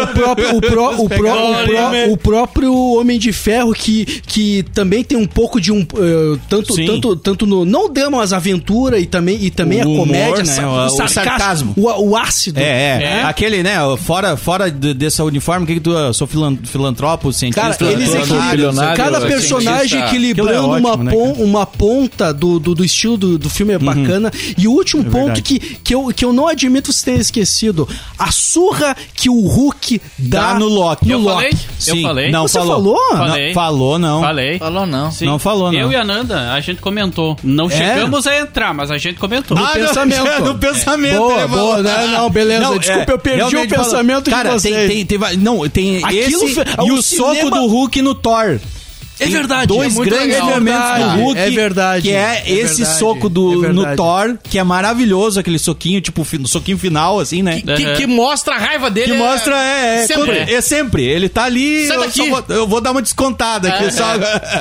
F: o próprio, o, pró- o, pró- o, pró- o próprio Homem de Ferro que, que também tem um pouco de um eh, tanto
E: Sim.
F: tanto tanto no não drama mas aventura e também e também
E: O
F: a
E: humor,
F: comédia
E: né?
F: sa-
E: O- o sarcasmo.
F: o, o ácido
E: É, é,
G: É.
E: Aquele, né? Fora, fora de- dessa uniforme, o que, que tu. Eu sou filan- filantropo, cientista.
F: Cara, eles
E: todo- assim,
F: equilibram.
H: bilionário,
F: Cada
G: né,
H: cientista.
F: personagem equilibrando
E: Aquilo é
F: uma,
E: ótimo, né, Uhum.
F: pon- uma ponta do, do, do estilo do, do filme é bacana. E o último ponto
E: É verdade.
F: que, que, eu, que eu não admito você ter esquecido: a surra que o Hulk dá,
E: Dá Tá no Loki.
F: No
G: Eu
F: Loki.
G: falei? Eu
E: Sim.
G: falei?
E: Não,
F: Você
E: falou.
F: falou?
E: Não,
G: Falei.
E: falou, não.
G: Falei.
H: Falou não.
G: Sim.
E: Não falou, não.
G: Eu e a Nanda, a gente comentou. Não chegamos a entrar, mas a gente comentou.
E: Ah, não,
F: pensamento.
E: (laughs) é, do pensamento.
F: Boa,
E: ele falou.
F: boa, né? Não, beleza,
E: é,
F: desculpa, eu perdi o
E: realmente falou.
F: pensamento de
E: Cara, tem-
F: vocês.
E: tem- tem- não, tem
F: Aquilo
E: esse
F: fe- é
E: e
F: o
E: o soco
F: cinema-
E: do Hulk no Thor.
F: É verdade.
E: Dois
F: é muito
E: grandes
F: legal.
E: momentos
F: Verdade,
E: do Hulk.
F: É verdade.
E: Que é,
F: é
E: esse
F: verdade,
E: soco do,
F: é
E: no
F: verdade.
E: Thor, que é maravilhoso, aquele soquinho, tipo, fi- soquinho final, assim, né?
G: É.
D: Que, que mostra a raiva dele.
E: Que
D: é-
E: mostra, é. É
D: Sempre.
E: quando- é sempre. Ele tá ali.
D: Sai
E: Eu,
D: daqui.
E: só vou, eu vou dar uma descontada aqui. só- (laughs)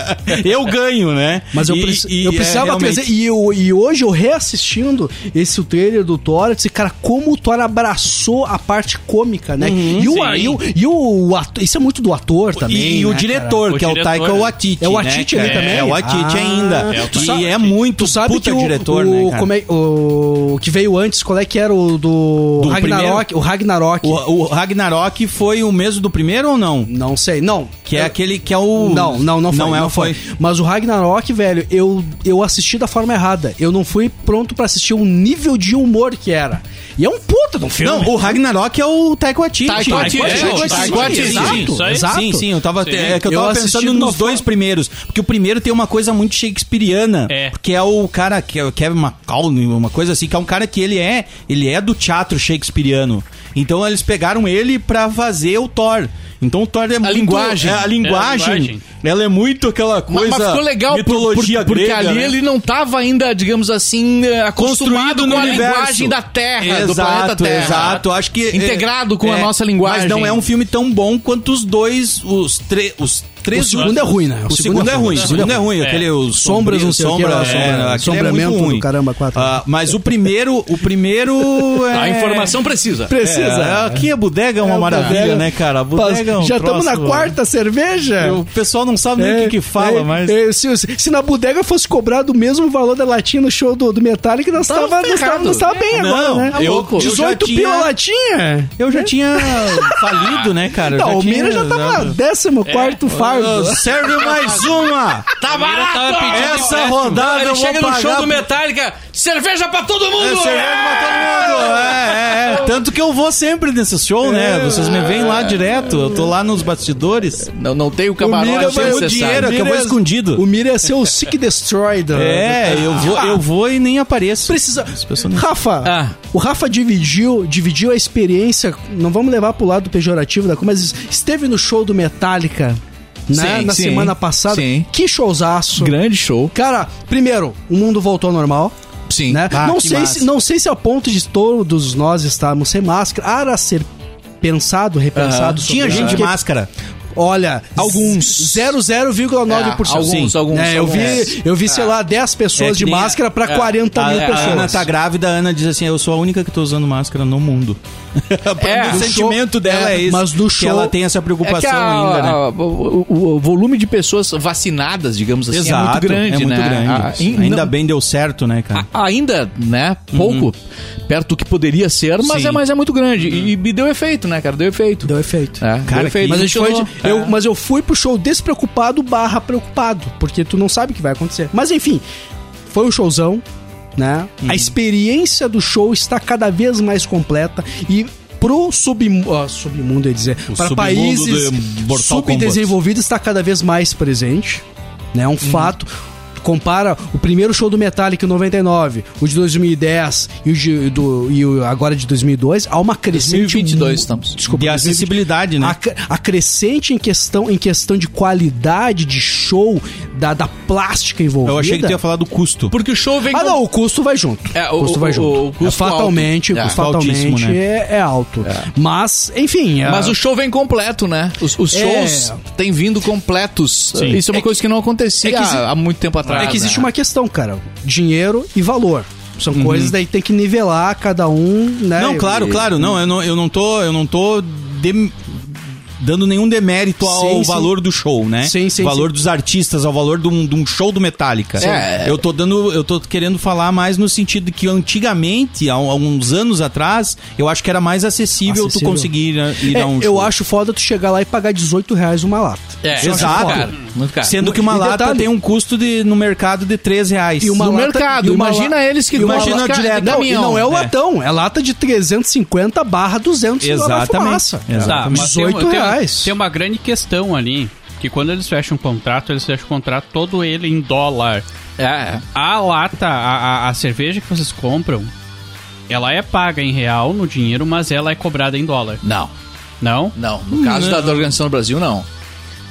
E: eu ganho, né?
F: É. Mas eu,
E: E-
F: preci-
E: e
F: eu
E: é
F: precisava
E: realmente-
F: trazer. E, eu- e hoje eu reassistindo esse o trailer do Thor, eu disse, cara, como o Thor abraçou a parte cômica, né? e o,
G: sim.
F: e o, e o ator, isso é muito do ator também.
E: Uhum, E, e o
F: né,
E: diretor,
G: cara?
E: que é
G: O
E: o
G: diretor,
E: Taika
G: né?
E: Waititi.
F: É o
E: né,
F: Waititi ali
E: cara?
F: também?
E: É o Waititi
F: Ah,
E: ainda.
G: é o
E: e
G: Taika
E: é
G: Waititi.
E: muito
F: Tu sabe
E: puta
F: que o,
E: diretor,
F: o,
E: né, cara?
F: como é- o que veio antes, qual é que era o do,
E: Do
F: Ragnarok? O Ragnarok.
E: O, o Ragnarok foi o mesmo do primeiro ou não?
F: Não sei, não.
E: Que é
F: Eu-
E: aquele que é o...
F: Não, não, não foi.
E: Não, é,
F: não foi. Mas o Ragnarok, velho, eu, eu assisti da forma errada. Eu não fui pronto pra assistir o nível de humor que era. E é um puta de um filme.
E: Não, o Ragnarok é o Taika Waititi.
D: Taika Waititi,
E: Taika
G: é,
E: Waititi,
G: o Taika Waititi.
E: Exato,
G: Isso aí.
E: exato. Sim, sim, eu tava,
G: Sim.
E: é que eu
F: Eu
E: tava
F: assisti de
E: pensando
F: uma
E: nos dois
F: forma-
E: primeiros, porque o primeiro tem uma coisa muito shakespeariana,
G: É.
E: porque é o cara que é o Kevin McCallum, uma coisa assim, que é um cara que ele é, ele é do teatro shakespeariano. Então eles pegaram ele pra fazer o Thor. Então o Thor é a muito,
D: linguagem.
E: é, a linguagem,
G: linguagem.
E: ela é muito aquela
D: Mas,
E: coisa
D: mas ficou legal por- por-
E: mitologia
D: porque
E: grega,
D: ali
E: né?
D: ele não tava ainda, digamos assim, eh, acostumado
E: construído
D: com
E: no
D: a
E: universo.
D: linguagem da Terra,
E: exato,
D: do planeta Terra.
E: Exato, acho que é,
D: Integrado com a nossa linguagem.
E: Mas não é um filme tão bom quanto os dois, os três, os três.
F: O segundo é ruim, né?
E: O segundo é ruim, o segundo é ruim, aquele os
F: Sombras,
E: sombrio-
F: não sei o que
E: sombra,
F: lá,
E: é,
F: sombra-
E: aquele é
F: sombramento
E: muito ruim.
F: do caramba, quatro.
E: Ah, mas o primeiro,
F: (laughs)
E: o primeiro é-
D: A informação precisa.
E: é, aqui a bodega é uma
F: É, o
E: maravilha,
F: bodega.
E: né, cara? A bodega é um
F: Já estamos
E: troço- É,
F: na quarta cerveja?
E: O pessoal não sabe nem
F: É,
E: o que, que fala,
F: é,
E: mas
F: é, se, se- se na bodega fosse cobrado o mesmo valor da latinha no show do, do Metallica, nós
D: Tava
F: tava, nós tava,
D: ferrado. Tá
F: nós tava bem
E: Não,
F: agora, né?
E: eu- eu já
F: 18
E: tinha-
F: pila a latinha?
E: eu já tinha falido, né, cara? Eu
F: Não, o
E: tinha- É.
F: Mira já tava na 14 fardo.
E: Serve mais (laughs) uma!
D: Tá barato!
G: tava pedindo
E: Essa
G: empréstimo.
E: rodada eu
D: Ele
E: vou
D: chega no
E: pagar
D: show do
E: por-
D: Metallica, cerveja pra todo
E: É,
D: mundo!
E: cerveja pra todo mundo. tá É, é, é. Tanto que eu vou sempre nesse show, né? Vocês me veem lá direto. Eu tô lá nos bastidores.
D: Não, não tem o
F: Mira
D: camarote
F: vai-
E: Chegou
F: você
E: o dinheiro, é um
F: sabe.
E: acabou
F: Beleza.
E: escondido.
F: O Mira ia ser o Sick né? Destroy da-
E: É, eu vou, eu vou e nem apareço. Precisa.
F: Rafa,
D: Ah.
F: o Rafa dividiu, dividiu a experiência, não vamos levar pro lado pejorativo da coisa, mas esteve no show do Metallica né,
D: Sim,
F: na
D: sim,
F: semana passada.
D: sim.
F: Que showzaço.
D: Grande show.
F: Cara, primeiro, o mundo voltou ao normal.
D: Sim. É
F: né?
E: Ah,
F: não,
E: que
F: sei
E: massa.
F: se, não sei se a ponto de todos nós estarmos sem máscara, era ser pensado, repensado. sobre
E: Tinha
F: isso,
E: gente de
F: porque,
E: máscara.
F: Olha, alguns. 0,9%.
D: É, alguns,
F: Sim.
D: alguns,
F: É, eu
D: alguns. Ah.
F: vi, eu vi sei lá, 10 pessoas
E: É que
F: de
E: nem a-
F: máscara pra
D: é. Ah,
F: 40 mil
E: a, a Ana
F: pessoas.
E: tá grávida, a Ana diz assim: Eu sou a única que tô usando máscara no (laughs) mundo.
D: É,
E: o
D: do
E: sentimento
F: show-
E: dela é,
F: é,
E: esse.
F: mas do
E: Que
F: show-
E: ela tem essa
D: É que
E: preocupação
D: a-
E: ainda, né?
D: a- o, o- o volume de pessoas vacinadas, digamos assim, é muito grande,
E: é muito
D: né?
E: grande.
D: A- in-
E: Ainda
D: não-
E: bem deu certo, né, cara?
D: a- Ainda, né? Pouco perto do que poderia ser, mas
E: Sim. Uhum.
D: é, mas é muito grande. E, e deu efeito, né, cara? Deu efeito.
F: Deu efeito.
D: É,
E: Cara, É.
D: deu efeito.
F: Mas, a gente foi de-
D: Funcionou.
F: eu, mas eu fui pro show despreocupado barra preocupado, porque tu não sabe o que vai acontecer. Mas enfim, foi um showzão. né?
E: Uhum.
F: A experiência do show está cada vez mais completa e pro submu- ó, submundo, eu ia dizer,
E: O
F: para
E: submundo
F: países
E: de Mortal
F: subdesenvolvidos está cada vez mais presente, né? É
E: Uhum.
F: um fato. Tu Compara o primeiro show do Metallica em 99, o de 2010 e o, de- do, e o agora de 2002, há uma crescente
D: 2022
F: mu-
D: estamos.
F: Desculpa,
E: De
F: 2022.
E: acessibilidade, né?
F: A, cre- a crescente em questão, em questão de qualidade de show, da, da plástica envolvida.
E: Eu achei que tu ia falar do custo.
D: Porque o show vem
F: Ah,
D: com-
F: não, o custo vai junto.
D: É,
F: o
D: o-
F: custo
D: o-
F: vai
D: o-
F: junto.
D: o custo
F: É, fatalmente,
D: alto.
F: o
D: É,
F: custo fatalmente
E: altíssimo, né?
F: é, é alto. Mas, enfim. é-
D: Mas o show vem completo, né? Os, os
F: É.
D: shows têm vindo completos.
G: Sim.
D: Isso é uma coisa que não acontecia
F: é que exi-
D: há muito tempo atrás.
F: é que existe
D: né?
F: uma questão, cara. Dinheiro e valor. São
E: Uhum.
F: coisas daí tem que nivelar cada um, né?
E: Não, claro,
F: E-
E: claro. Não, eu não, eu não tô, eu não tô dem- dando nenhum demérito ao
F: Sim, sim.
E: valor do show, né?
F: Sim, sim,
E: O valor dos artistas, ao valor de um, de um show do Metallica.
D: É.
E: Eu tô dando, eu tô querendo falar mais no sentido de que antigamente, há, um- há uns anos atrás, eu acho que era mais acessível,
F: Acessível.
E: tu conseguir ir, ir
F: É,
E: a um
F: eu
E: show.
F: acho foda tu chegar lá e pagar 18 reais uma um lata.
D: É,
F: Isso eu acho
E: Exato.
F: foda.
D: Cara, muito caro.
E: Sendo que uma
F: E
E: lata
F: detalhe-
E: tem um custo de, no mercado de 3 reais.
F: E uma
D: no
F: lata- e
D: mercado.
F: uma
D: Imagina
F: la-
D: eles que
F: e uma
D: gostam
E: lata
D: de ca- de
E: direta.
F: Não, e não é o
E: né?
F: latão, é lata de 350 barra 200 na
E: Exatamente.
F: fumaça.
G: Tá,
E: Exatamente. um
G: mas tem,
F: 18
G: uma- tem,
F: reais.
G: tem uma grande questão ali, que quando eles fecham um contrato, eles fecham um contrato todo ele em dólar.
D: É,
G: A lata, a, a- a cerveja que vocês compram, ela é paga em real, no dinheiro, mas ela é cobrada em dólar,
D: não,
G: não?
D: não. No caso da, da organização do Brasil, não.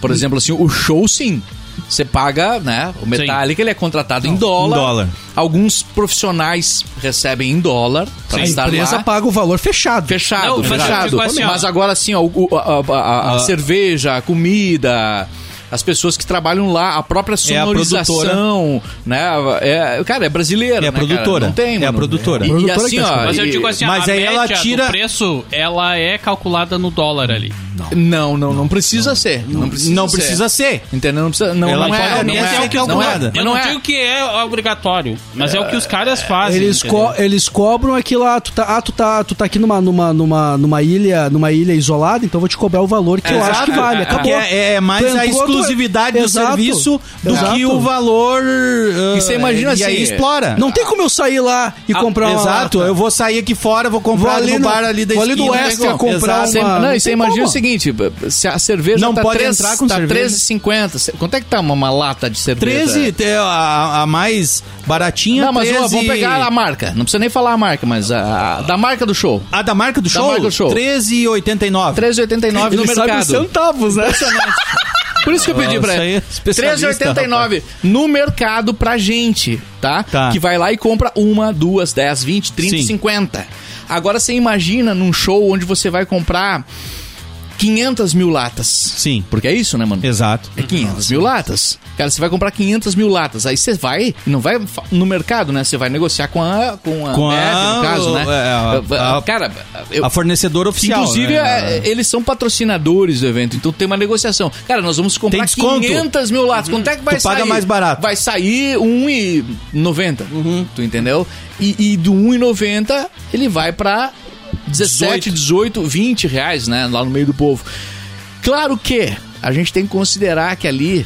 D: Por exemplo, assim, o show, sim. Você paga, né? O Metallica, ele é contratado em dólar.
E: em dólar.
D: Alguns profissionais recebem em dólar pra
F: A
D: estar
F: empresa
D: lá.
F: paga o valor fechado.
D: Fechado,
G: Não, mas eu
D: fechado.
G: digo
D: Mas,
G: assim, ó.
D: agora assim, ó, o- o- a, a- a- a
E: Ah.
D: cerveja, a comida, as pessoas que trabalham lá, a própria
E: É a
D: sonorização, né? É, cara, é brasileira,
E: É a
D: né, cara?
E: produtora.
D: Não tem,
E: É a
D: mano.
E: produtora.
D: E, e
F: Produtora
D: assim,
F: que tá
D: ó,
G: Mas eu digo assim,
E: Mas
G: a
E: aí
G: média
E: ela tira-
G: do preço, ela é calculada no dólar ali.
D: não, não, não precisa ser. Não precisa
E: não
D: ser.
E: precisa ser.
D: Entendeu? Não precisa. Não,
E: Ela
D: não
E: pode
D: é,
E: até
D: não
E: ser
D: é,
E: calculada.
D: Não é,
G: Eu
D: não
G: não
D: é.
G: digo que é obrigatório, mas é, o que os caras fazem.
F: Eles,
G: entendeu?
F: co- eles cobram aqui lá, tu tá, ah, tu tá, tu tá aqui numa, numa, numa, numa ilha, numa ilha isolada, então eu vou te cobrar o valor que eu acho que vale. Acabou.
E: É, é mais
F: Tu
E: a
F: entrou, tu-
E: exclusividade do
F: Exato.
E: serviço do
F: Exato.
E: que o valor. ah,
D: E você imagina
E: E aí
D: assim,
E: explora.
F: Não tem como eu sair lá e comprar uma
E: Ah, Exato,
F: lata.
E: eu vou sair aqui fora, vou comprar
F: Vou ali
E: ali no,
F: no-
E: bar ali da
F: vou ali
E: esquina.
F: no Extra
E: Exato.
F: comprar
D: Você-
F: uma-
D: não,
F: não
D: e você
F: tem
D: imagina
F: como.
D: o seguinte, se a cerveja
E: Não
D: tá
E: pode
D: 3,
E: entrar com
D: tá
E: cerveja.
D: 13,50. se- Quanto é que tá uma, uma lata de cerveja?
E: 13, é a, a mais baratinha.
D: Não, mas ó,
E: 13.
D: vamos pegar a marca. Não precisa nem falar a marca, mas a, a- da marca do show.
E: A da marca do show?
D: marca do show.
E: 13,89.
D: 3,89 no
F: Ele sabe os
D: mercado.
F: centavos, né?
D: Por isso que eu pedi
E: Nossa,
D: pra
E: aí é
D: ele.
E: especialista,
D: 3,89 no mercado pra gente, tá?
E: Tá.
D: Que vai lá e compra uma, duas, dez, vinte, trinta,
E: Sim.
D: cinquenta. Agora você imagina num show onde você vai comprar 500 mil latas.
E: Sim.
D: Porque é isso, né, mano?
E: Exato.
D: É 500 mil latas. Cara, você vai comprar 500 mil latas. Aí você vai, não vai fa- no mercado, né? Você vai negociar com a com a,
E: Com a-
D: Ambev, no caso, né?
E: é, a- a-
D: cara, eu,
E: A fornecedora oficial.
D: inclusive
E: né?
D: é, eles são patrocinadores do evento, então tem uma negociação. Cara, nós vamos
E: Tem
D: comprar
E: desconto?
D: 500 mil latas. Quanto é que vai
E: Tu
D: sair?
E: paga mais barato. Uhum.
D: Vai sair 1,90. Tu entendeu? E, e do 1,90 ele vai pra 17, 18, 20 reais, né? Lá no meio do povo. Claro que a gente tem que considerar que ali,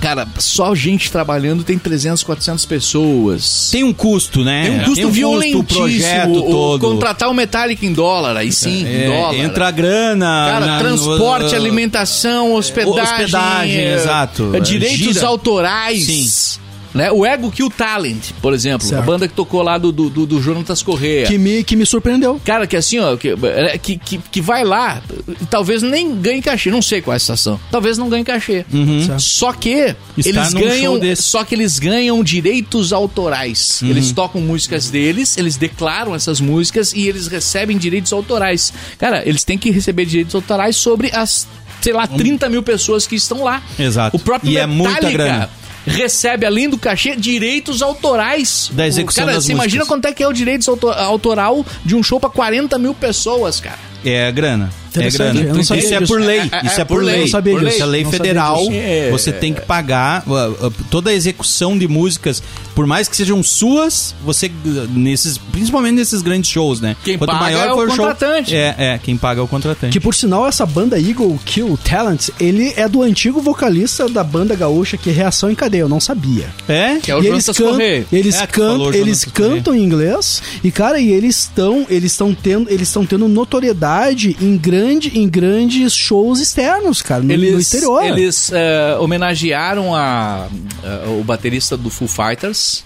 D: cara, só gente trabalhando tem 300, 400 pessoas.
E: Tem um custo, né?
D: Tem um custo
E: o projeto
D: violentíssimo. o- o
E: todo.
D: contratar o Metallica em dólar, aí sim,
E: É,
D: em dólar.
E: entra a grana.
D: Cara,
E: na- no-
D: transporte, alimentação, hospedagem.
E: hospedagem,
D: eh,
E: exato.
D: eh, Direitos
E: Gira.
D: autorais.
E: Sim.
D: Né? O Ego Kill Talent, por exemplo.
F: Certo.
D: A banda que tocou lá do, do, do, do Jonatas Correa.
F: que, me, que me surpreendeu.
D: Cara, que assim, ó, que, eh, que, que, que vai lá, e talvez nem ganhe cachê, não sei qual é a situação. Talvez não ganhe cachê.
E: Uhum. Hum.
F: Certo.
D: Só que
E: Estar
D: eles
E: num show
D: ganham,
E: desse. Uhum.
D: só que eles ganham direitos autorais. Eles tocam músicas deles, eles declaram essas músicas e eles recebem direitos autorais. Cara, eles têm que receber direitos autorais sobre as, sei lá, 30 mil pessoas que estão lá.
E: Exato.
D: O próprio
E: E é
D: Metallica
E: muita grana.
D: recebe além do cachê direitos autorais
E: Da execução
D: Cara,
E: das
D: você imagina
E: músicas.
D: quanto é que é o direito auto- autoral de um show pra 40 mil pessoas, cara?
E: É grana. É
F: Interessante,
E: grana.
F: eu não sabia
E: isso é
F: disso.
E: por lei.
D: É, é, é,
E: Isso é
D: por
E: por
D: lei,
E: lei.
D: não
F: sabia
E: Isso
F: disso.
E: é lei
F: Não sabia
E: federal.
D: disso. É.
E: Você tem que pagar uh, uh, toda a execução de músicas, por mais que sejam suas, você uh, nesses, principalmente nesses grandes shows, né?
D: Quem paga é o contratante.
E: show, é, é, quem paga é o contratante.
F: Que por sinal, essa banda Eagle Kill Talent, ele é do antigo vocalista da banda gaúcha que é Reação em Cadeia, eu não sabia.
E: é?
D: Que é o
F: E eles
D: Jonatas
F: cantam,
D: Correia.
F: eles,
E: É, tu
F: cantam-
E: falou,
F: eles
E: Jonatas Correia.
F: cantam em inglês e cara, e eles estão, eles estão tendo, eles estão tendo notoriedade em grande, em grandes shows externos, cara, no,
D: Eles,
F: no exterior.
D: eles eh, homenagearam a, a- o baterista do Foo Fighters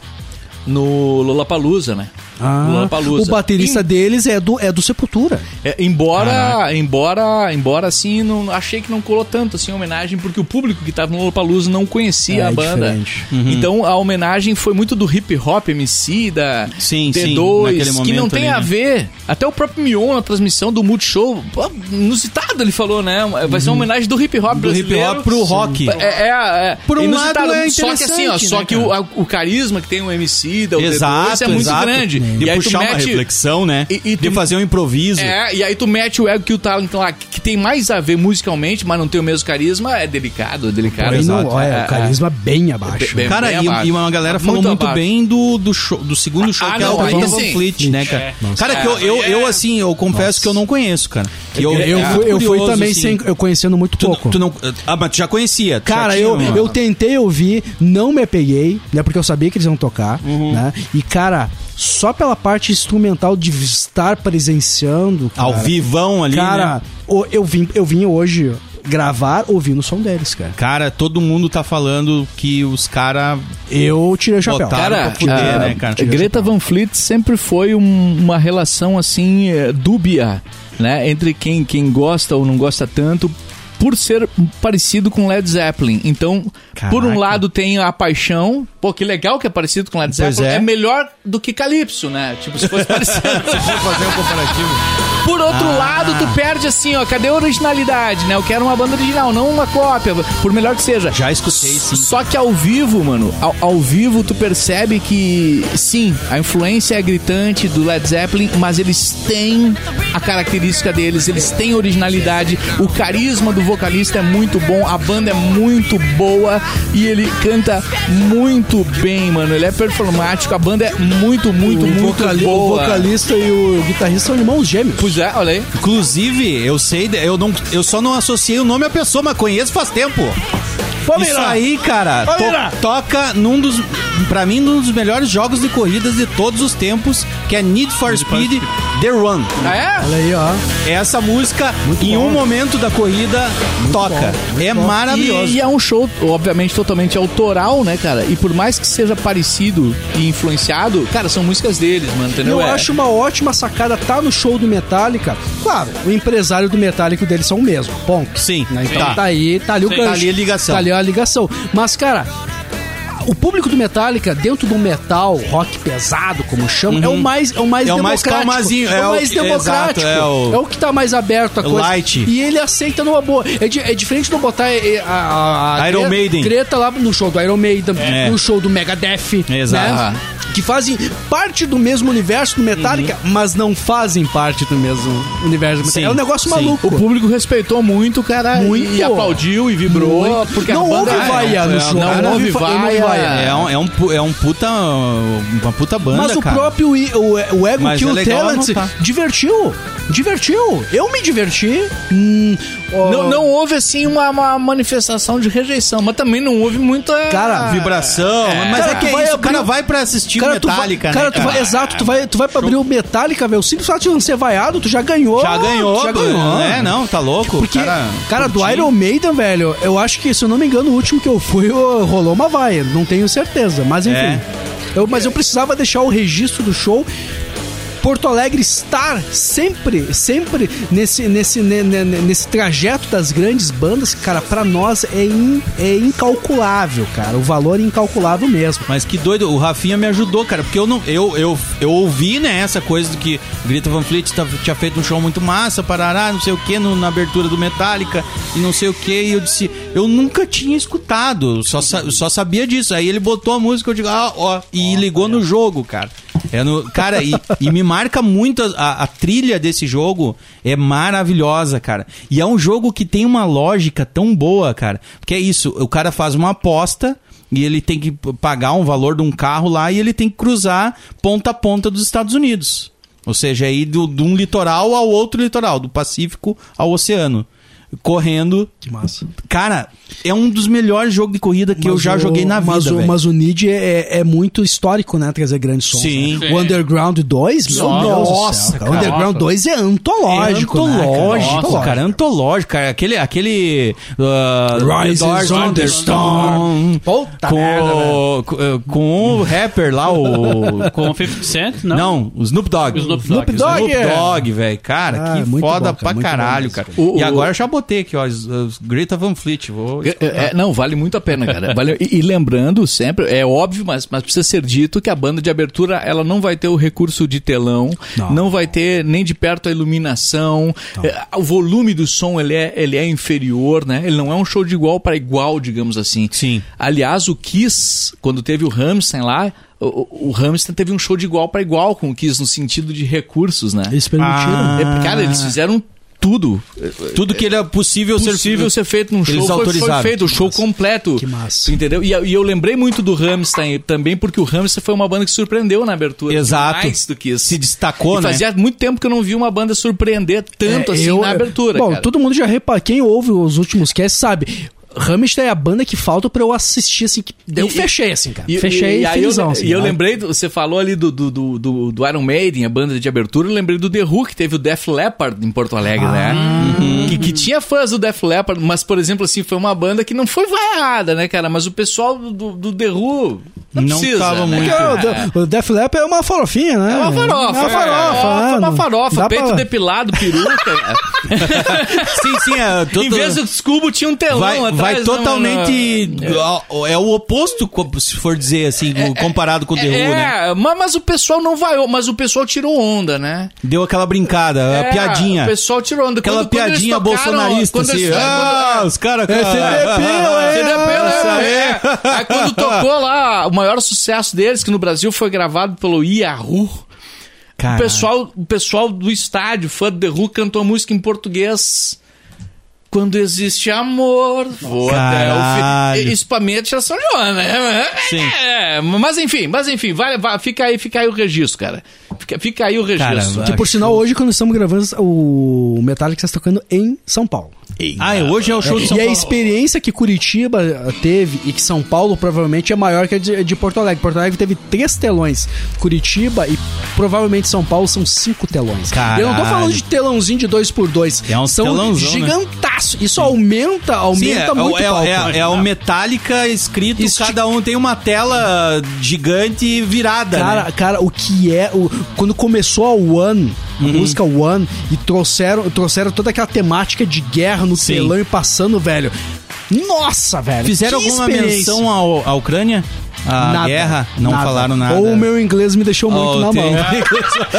D: no Lollapalooza, né?
F: Ah,
D: No Lollapalooza.
F: o baterista
D: Em-
F: deles é do é do Sepultura.
D: é, embora, embora, embora assim, não, achei que não colou tanto assim a homenagem porque o público que tava no Lollapalooza não conhecia
F: É,
D: a
F: é
D: banda.
F: diferente.
D: Então
E: Uhum.
D: a homenagem foi muito do hip hop MC da
E: Sim, sim,
D: D2,
E: naquele
D: que não
E: momento
D: tem
E: ali,
D: a
E: né?
D: ver. Até o próprio Mion na transmissão do Multishow, pô, inusitado ele falou, né? Vai ser uma homenagem do hip hop
E: Uhum. Do hip
D: brasileiro
E: hop pro rock.
D: é, é, é.
E: Por um
D: inusitado.
E: lado, é
D: Só que assim, ó,
E: interessante,
D: só
E: né,
D: que o, a- o carisma que tem o MC da o D2
E: Exato,
D: é muito
E: exato.
D: grande.
E: De
D: E aí tu
E: puxar uma
D: mete-
E: reflexão, né?
D: E- e
E: de
D: tu-
E: fazer um improviso.
D: É, e aí tu mete o ego que o talent lá, que que tem mais a ver musicalmente, mas não tem o mesmo carisma, é delicado, é delicado.
F: Aí não-
E: exato,
F: olha,
D: é,
F: o carisma bem abaixo.
D: Bem- bem-
E: Cara,
D: É bem
E: e,
D: abaixo.
E: e uma galera falou
D: Muito
E: muito,
D: abaixo.
E: bem do, do, show- do segundo show
D: Ah,
E: que
D: não,
E: é o
D: aí
E: Greta
D: sim. É.
E: Van Fleet, né, cara?
F: é,
E: Cara, que eu, eu, eu, assim, eu confesso que eu não conheço, cara. Que
F: Eu, eu
E: é,
F: fui, eu fui
E: curioso,
F: também
E: assim.
F: sem, eu conhecendo muito
E: Tu,
F: pouco.
E: tu não, ah, mas tu já conhecia. tu já
F: Cara,
E: tinha
F: eu,
E: uma-
F: eu tentei ouvir, não me apeguei, né? Porque eu sabia que eles iam tocar,
E: Uhum.
F: né? E, cara, só pela parte instrumental de estar presenciando. Cara,
E: Ao vivão ali,
F: Cara,
E: né?
F: o- eu, vim, eu vim hoje gravar ouvindo o som deles, cara.
E: Cara, todo mundo tá falando que os caras
F: Eu tirei o chapéu.
E: botaram
D: Cara,
E: pra fuder,
D: ah,
E: né, cara?
D: Greta Van Fleet sempre foi um- uma relação assim eh, dúbia, né, entre quem quem gosta ou não gosta tanto. Por ser parecido com Led Zeppelin. Então, por um
E: Caraca.
D: lado tem a paixão. Pô, que legal que é parecido com Led
E: Pois
D: Zeppelin. É.
E: é.
D: melhor do que Calypso, né? Tipo, se fosse
E: (laughs)
D: parecido.
E: fazer um comparativo.
D: Por outro
F: Ah.
D: lado, tu perde assim, ó, cadê a originalidade, né? Eu quero uma banda original, não uma cópia, por melhor que seja.
E: Já escutei, sim.
D: Só que ao vivo, mano, ao, ao vivo tu percebe que sim, a influência é gritante do Led Zeppelin, mas eles têm a característica deles, eles têm originalidade, o carisma do vocalista é muito bom, a banda é muito boa e ele canta muito bem, mano. Ele é performático, a banda é muito, muito, muito
F: vocali-
D: boa.
F: o vocalista e o guitarrista são irmãos gêmeos.
D: Pois é, olha aí.
E: Inclusive, eu sei, de- eu, não, eu só não associei o nome à pessoa, mas conheço faz tempo. Isso aí, cara, to- toca num dos, pra mim, num dos melhores jogos de corridas de todos os tempos, que é Need for Speed The Run.
D: Ah, é?
F: Olha aí, ó.
E: Essa música, em um momento da corrida, toca. é maravilhoso.
D: E, e é um show, obviamente, totalmente autoral, né, cara? E por mais que seja parecido e influenciado, cara, são músicas deles, mano, entendeu?
F: Eu
D: É.
F: acho uma ótima sacada tá no show do Metallica. Claro, o empresário do Metallica e o deles são o mesmo. Ponto.
E: Sim,
F: Né? Então
E: tá.
F: tá. aí, tá ali o
G: Sim.
F: gancho.
E: Tá ali a ligação.
F: Tá ali a ligação. Mas, cara, o público do Metallica, dentro do metal rock pesado, como chamam, é o mais é o mais
E: É o mais
F: democrático.
E: calmazinho,
F: é,
E: é
F: o
E: o
F: mais
E: que-
F: democrático.
E: exato, é o-
F: que tá mais aberto a coisa.
E: light.
F: E ele aceita numa boa. É, di- é diferente de eu botar é, é, a, a, a
E: Iron
F: Gre-
E: Maiden.
F: Greta lá no show do Iron Maiden,
E: É.
F: no show do Megadeth,
E: Exato. Uhum.
F: né? Que fazem parte do mesmo universo do Metallica, mas não fazem parte do mesmo universo do Metallica.
E: Sim,
F: é um negócio
E: sim.
F: maluco.
D: O público respeitou muito, cara,
F: Muito.
D: e aplaudiu e vibrou,
F: Muito.
D: porque
F: Não
D: a banda...
F: houve
D: é,
F: vaia no
D: é,
F: show,
D: Não,
F: não
D: houve
F: houve va- não houve
D: vaia.
F: vaia.
E: É um, é, um, pu- é um puta. Uma puta banda.
F: Mas o
E: cara.
F: próprio i- o, o Ego
E: Mas
F: Kill
E: é legal
F: Talent
E: anotar.
F: divertiu. Divertiu. Eu me diverti. Hum, ó,
D: Não, não houve, assim, uma, uma manifestação de rejeição, mas também não houve muita...
F: Cara,
E: Vibração. Mas
F: Cara,
E: é que
F: tu
E: é
F: vai
E: isso. O
F: abrir
E: cara
F: o-
E: vai pra assistir
F: Cara, tu
E: Metallica,
F: vai, cara,
E: né?
F: tu vai, exato, tu vai, tu vai pra abrir o Metallica, velho. O simples fato de não ser vaiado, tu já ganhou.
E: Já ganhou,
F: tu já ganhou.
E: É, não, tá louco.
F: Porque, cara,
E: cara,
F: do Iron Maiden, velho, eu acho que, se eu não me engano, o último que eu fui eu- rolou uma vaia. Não tenho certeza, mas enfim.
E: É.
F: Eu, mas eu precisava deixar o registro do show. Porto Alegre estar sempre, sempre nesse, nesse, ne- ne- ne- nesse trajeto das grandes bandas, cara, pra nós é, in- é incalculável, cara. O valor é incalculável mesmo.
E: Mas que doido, o Rafinha me ajudou, cara, porque eu não eu, eu, eu ouvi, né, essa coisa do que Greta Van Fleet tá- tinha feito um show muito massa, parará, não sei o que, na abertura do Metallica e não sei o que, e eu disse, eu nunca tinha escutado, só, sa- só sabia disso. Aí ele botou a música, eu digo, ah, ó, e ligou no jogo, cara. É no- cara, e, e me marca muito a- a, a trilha desse jogo. É maravilhosa, cara. E é um jogo que tem uma lógica tão boa, cara. Porque é isso, o cara faz uma aposta e ele tem que p- pagar um valor de um carro lá e ele tem que cruzar ponta a ponta dos Estados Unidos. Ou seja, ir do, de um litoral ao outro litoral, do Pacífico ao Oceano. Correndo.
F: Que massa.
E: Cara, é um dos melhores jogos de corrida que eu
F: Mas
E: já
F: o-
E: joguei na
F: mas
E: vida.
F: O,
E: velho.
F: mas o Nid é, é muito histórico, né? Trazer grandes sons.
E: Sim.
F: né?
G: Sim.
F: O Underground 2, meu
G: Nossa,
F: Deus do
E: cara.
F: céu, cara. O Underground 2 é antológico,
E: É
F: né, cara?
E: antológico,
G: Nossa,
E: cara. Antológico, cara. Aquele. aquele uh,
F: Rises
E: Doors
F: on the
E: Storm.
F: Puta
E: com,
F: merda,
E: com, eh, com o rapper
F: (laughs)
E: lá, o.
G: Com o 50 Cent, não?
E: Não, o Snoop Dogg.
G: O Snoop Dogg.
E: Snoop Dogg, velho. Cara,
F: é. Ah,
E: que
F: muito
E: foda
F: bom, cara,
E: pra
F: muito
E: caralho,
F: bom
E: cara.
D: isso, cara.
E: E
D: O-
E: agora eu já botei aqui, ó. os- os Greta Van Fleet. Vou...
D: É, é, não, vale muito a pena, cara. Valeu. E, e lembrando sempre, é óbvio, mas, mas precisa ser dito que a banda de abertura ela não vai ter o recurso de telão, não,
F: Não.
D: vai ter nem de perto a iluminação, é, o volume do som ele é, ele é inferior, né? Ele não é um show de igual para igual, digamos assim.
E: Sim.
D: Aliás, o Kiss, quando teve o Rammstein lá, o, o- o Rammstein teve um show de igual para igual com o Kiss no sentido de recursos, né?
F: Eles permitiram.
E: Ah.
D: É, cara, eles fizeram tudo
E: Tudo que ele é possível,
D: possível ser feito num
E: Eles
D: show foi, foi
E: autorizaram.
D: feito, o show
F: massa.
D: completo.
F: Que massa.
D: Entendeu? E, e eu lembrei muito do Rammstein também, porque o Rammstein foi uma banda que surpreendeu na abertura.
E: Exato.
D: Mais do que isso.
E: Se destacou,
D: E
E: né?
D: fazia muito tempo que eu não vi uma banda surpreender tanto
F: É,
D: assim
F: eu-
D: na abertura.
F: Bom,
D: cara.
F: todo mundo já reparou. Quem ouve os últimos casts sabe. Rammstein é a banda que falta pra eu assistir, assim. Que... Eu
D: e-
F: fechei, assim, cara.
D: E-
F: fechei
D: e, e aí
F: felizão,
D: eu,
F: assim.
D: e eu
F: né?
D: lembrei, do- você falou ali do, do, do, do- do Iron Maiden, a banda de abertura, eu lembrei do The Who, que teve o Def Leppard em Porto Alegre, né? Que, que tinha fãs do Def Leppard, mas, por exemplo, assim, foi uma banda que não foi vaiada, né, cara? Mas o pessoal do, do, do The Who não,
E: Não
D: precisa,
E: tava
D: né,
E: muito.
D: cara?
F: Porque o, o Def Leppard é uma farofinha, né?
D: É uma farofa,
F: É uma farofa.
D: é,
F: né?
D: uma
F: Não-
D: farofa,
F: dá
D: peito
F: pra-
D: depilado, peruca.
E: (laughs) Sim, sim. É,
D: em vez do descubo, tinha um telão
E: vai,
D: atrás.
E: vai
D: não,
E: totalmente. É. o oposto, co- se for dizer assim, comparado com o The Who, né?
D: É, mas, mas o pessoal não vaiou, mas o pessoal tirou onda, né?
E: Deu aquela brincada, a
D: É,
E: piadinha.
D: O pessoal tirou onda.
E: Aquela
D: Quando- quando eles
E: piadinha
D: tocaram-
E: bolsonarista,
D: quando
E: assim.
D: eles-
E: ah,
D: quando-
E: os caras...
F: É
E: (laughs)
F: CDP,
D: é,
F: é.
D: é, é. Aí quando tocou lá, o maior sucesso deles, que no Brasil foi gravado pelo Yahoo.
E: Ah.
D: O pessoal, o pessoal do estádio, fã do The Who, cantou a música em português. Quando existe amor, vou até o
E: Caralho.
D: fim. Isso pra mim é tiração de onda, né?
E: Sim.
D: É, mas enfim, mas enfim, vai, vai, fica, aí, fica aí o registro, cara. Fica, fica aí o registro. É.
E: vai.
F: Que, por sinal, hoje, quando estamos gravando, o Metallica está tocando em São Paulo.
E: Ah, é, hoje é o show de São
F: e a
E: Paulo.
F: experiência que Curitiba eh, teve e que São Paulo provavelmente é maior que a de, de Porto Alegre. Porto Alegre teve três telões. Curitiba e provavelmente São Paulo são cinco telões.
E: Caralho.
F: Eu não tô falando de telãozinho de dois por dois.
E: É um
F: são
E: telãozão, né?
F: gigantaço. Isso aumenta,
E: Sim,
F: aumenta
E: é,
F: muito
E: é,
F: o palco.
E: é, é o Metallica escrito,
F: Isso te-
E: cada um tem uma tela gigante virada,
F: Cara,
E: né?
F: cara, o que é. O, quando começou a One, a
E: Uhum.
F: música One, e trouxeram, trouxeram toda aquela temática de guerra no
E: Sim.
F: telão e passando, velho. Nossa, velho.
E: Fizeram
F: que
E: alguma
F: experiência.
E: menção ao- à Ucrânia? À
F: Nada,
E: guerra? Não falaram nada.
F: Ou o meu inglês me deixou muito
E: Oh,
F: na
E: tem-
F: mão.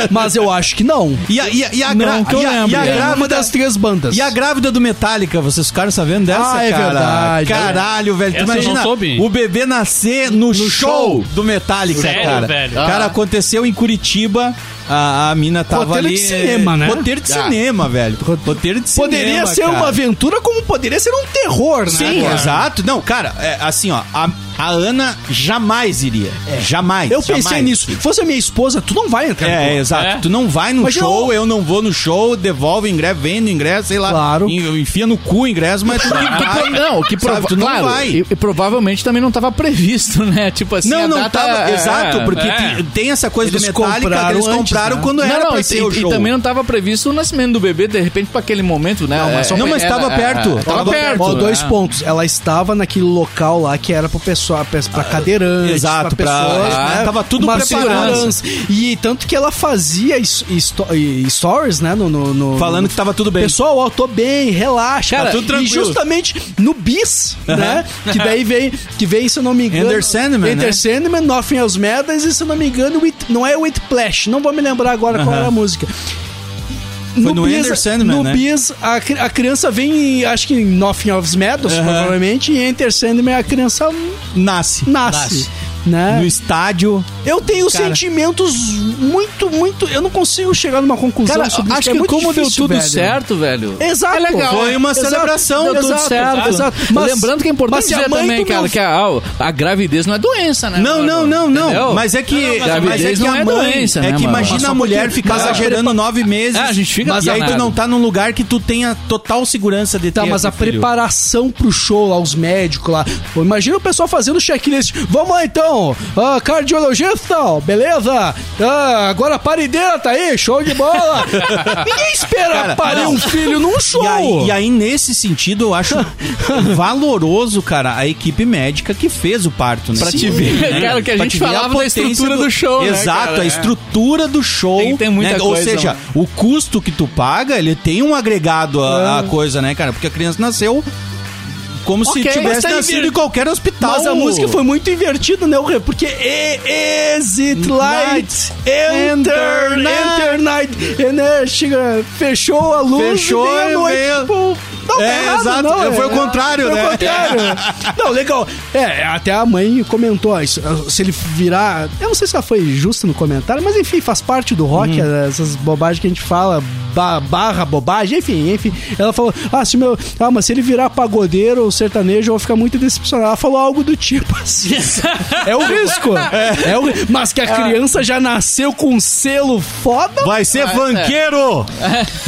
F: (laughs) Mas eu acho que não.
E: E a, e a, e a, gra-
F: que eu
E: e a-
F: lembro.
E: e a
F: É uma
E: grávida...
F: das três bandas.
E: E a grávida do Metallica, vocês ficaram sabendo dessa,
F: Ah, é
E: cara?
F: verdade.
E: Caralho, velho. Tu
G: Essa eu não
E: imagina
G: soube.
E: o bebê nascer no, show
D: show.
E: do Metallica,
G: Sério,
E: cara.
G: velho?
F: Ah.
E: Cara, aconteceu em Curitiba. A, a mina tava
F: Roteiro
E: ali.
F: de cinema, né?
E: Roteiro de
D: Ah.
E: cinema, velho. Roteiro de cinema.
F: Poderia ser
E: cara.
F: uma aventura, como poderia ser um terror, né?
E: Sim,
F: cara?
E: exato. Não, cara, é, assim, ó. A, a Ana jamais iria. Jamais.
F: É. Eu pensei
E: jamais.
F: nisso. Se fosse a minha esposa, tu não vai entrar.
E: É,
F: no-
E: exato.
D: né?
G: É.
E: Tu não vai no
F: Mas eu-
E: show, eu... não vou no show, devolve o ingresso, vende o ingresso, sei lá.
F: Claro.
E: en- Enfia no cu o ingresso, mas tu não
D: Que
E: vai.
D: pro- não, que prova-
E: Sabe, tu não
D: claro,
E: vai.
D: E, e provavelmente também não estava previsto, (laughs) né? Tipo assim, a
E: Não, não
D: data-
E: tava.
D: é,
E: exato, porque
G: é.
E: tem, tem essa coisa
F: Eles
E: do Metallica que eles
F: compraram antes,
E: compraram
F: né?
E: quando
D: Não,
E: era
D: não,
E: pra
D: e,
E: ser o
D: e- e
E: show.
D: também não estava previsto o nascimento do bebê, de repente, para aquele momento, né? Não,
F: mas só-
E: Não, mas tava perto.
D: é.
E: É.
D: Tava,
E: Tava-
D: perto.
F: Ó, dois
D: né?
F: pontos. Ela estava naquele local lá que era pro pessoal, pra, pra cadeirantes,
E: Ah, exato,
F: pra
E: pra-
F: pessoas,
E: ah,
F: né?
E: tava tudo
F: uma
E: preparado.
F: segurança. E tanto que ela fazia is- isto- e- stories, né, no, no- no-
E: Falando que tava tudo bem.
F: Pessoal, ó, tô bem, relaxa.
E: Cara,
F: Tá
E: tudo tranquilo.
F: E justamente no bis, né? Que daí vem, que vem, se eu não me engano.
E: Enter Sandman,
F: Enter
E: né?
F: Sandman, Nothing Else Matters, e se eu não me engano, With- não é With Plash. Não vou me lembrar agora qual era a música.
E: Foi no Enter Sandman,
F: no
E: né?
F: bis, a, cri- a criança vem, e acho que em Nothing Else Matters, provavelmente, e Enter Sandman a criança
E: Nasce.
F: nasce. Né?
E: No estádio,
F: Eu tenho
D: Cara.
F: sentimentos muito, muito. Eu não consigo chegar numa conclusão
D: Cara,
F: sobre isso.
D: acho
F: é
D: que
F: muito
D: como
F: difícil,
D: deu tudo
F: velho.
D: certo, velho.
F: Exato.
D: É legal.
E: Foi uma
F: Exato.
E: celebração. né?
D: Deu
F: Exato,
D: tudo certo.
F: Exato.
D: Mas, Lembrando que é importante
F: mas
D: dizer
F: mãe
D: também,
F: do
D: cara,
F: meu-
D: que a, a gravidez não é doença, né?
E: Não,
D: mano?
E: não, não, não.
D: Entendeu?
E: Mas é que,
D: Não, não, mas
E: mas é
D: gravidez
E: que
D: não
E: a
D: é
E: mãe,
D: doença, né,
E: é que
D: mano?
E: imagina
D: Mas
E: a mulher ficar gerando nove meses.
D: Ah, a gente fica
E: mas aí tu
D: danado.
E: não tá num lugar que tu tenha total segurança de ter.
F: Tá, mas a
E: teu filho.
F: preparação pro show lá, os médicos lá. Pô, imagina o pessoal fazendo checklist. Vamos lá então, Ah, cardiologista, ó, beleza? Ah, agora a parideira tá aí, show de bola.
E: (laughs)
F: Ninguém espera parir um filho num show.
E: E aí, e aí, nesse sentido, eu
D: (laughs)
E: acho valoroso, cara, a equipe médica que fez o parto, né?
D: Pra te ver, cara, o que a
E: Pra
D: gente
E: te ver a
D: falava da
E: potência
D: estrutura do show, né,
E: Exato,
D: cara?
E: a estrutura do show.
D: Tem- tem muita
E: né? Ou
D: coisa,
E: seja, o custo que tu paga, ele tem um agregado à à coisa, né, cara? Porque a criança nasceu como
D: É. Ok,
E: se
D: mas
E: tivesse
D: tá
E: nascido
D: invir-
E: em qualquer hospital.
F: Mas a música foi muito invertida, né, Rê? Porque e- Exit Light, Enter,
E: Enter Night.
F: Enter Night, e, né, chega, fechou a luz
E: Fechou
F: e veio a
E: e
F: noite.
E: veio-
F: Pô, não,
E: É,
F: tá errado,
E: exato.
F: não,
E: É, foi o contrário,
F: foi
E: né?
F: o
E: (laughs)
F: contrário. não, legal. É, até a mãe comentou, ó, isso, ah, se ele virar... Eu não sei se ela foi justa no comentário, mas enfim, faz parte do rock,
E: Uhum.
F: é, essas bobagens que a gente fala, ba- barra bobagem, enfim, enfim. Ela falou, ah, se meu... Ah, mas se ele virar pagodeiro ou sertanejo, eu vou ficar muito decepcionado. Ela falou algo do tipo
E: (laughs)
F: assim. é o risco. É o... Mas que a criança já nasceu com um selo foda,
E: Vai
D: É,
E: ser funkeiro!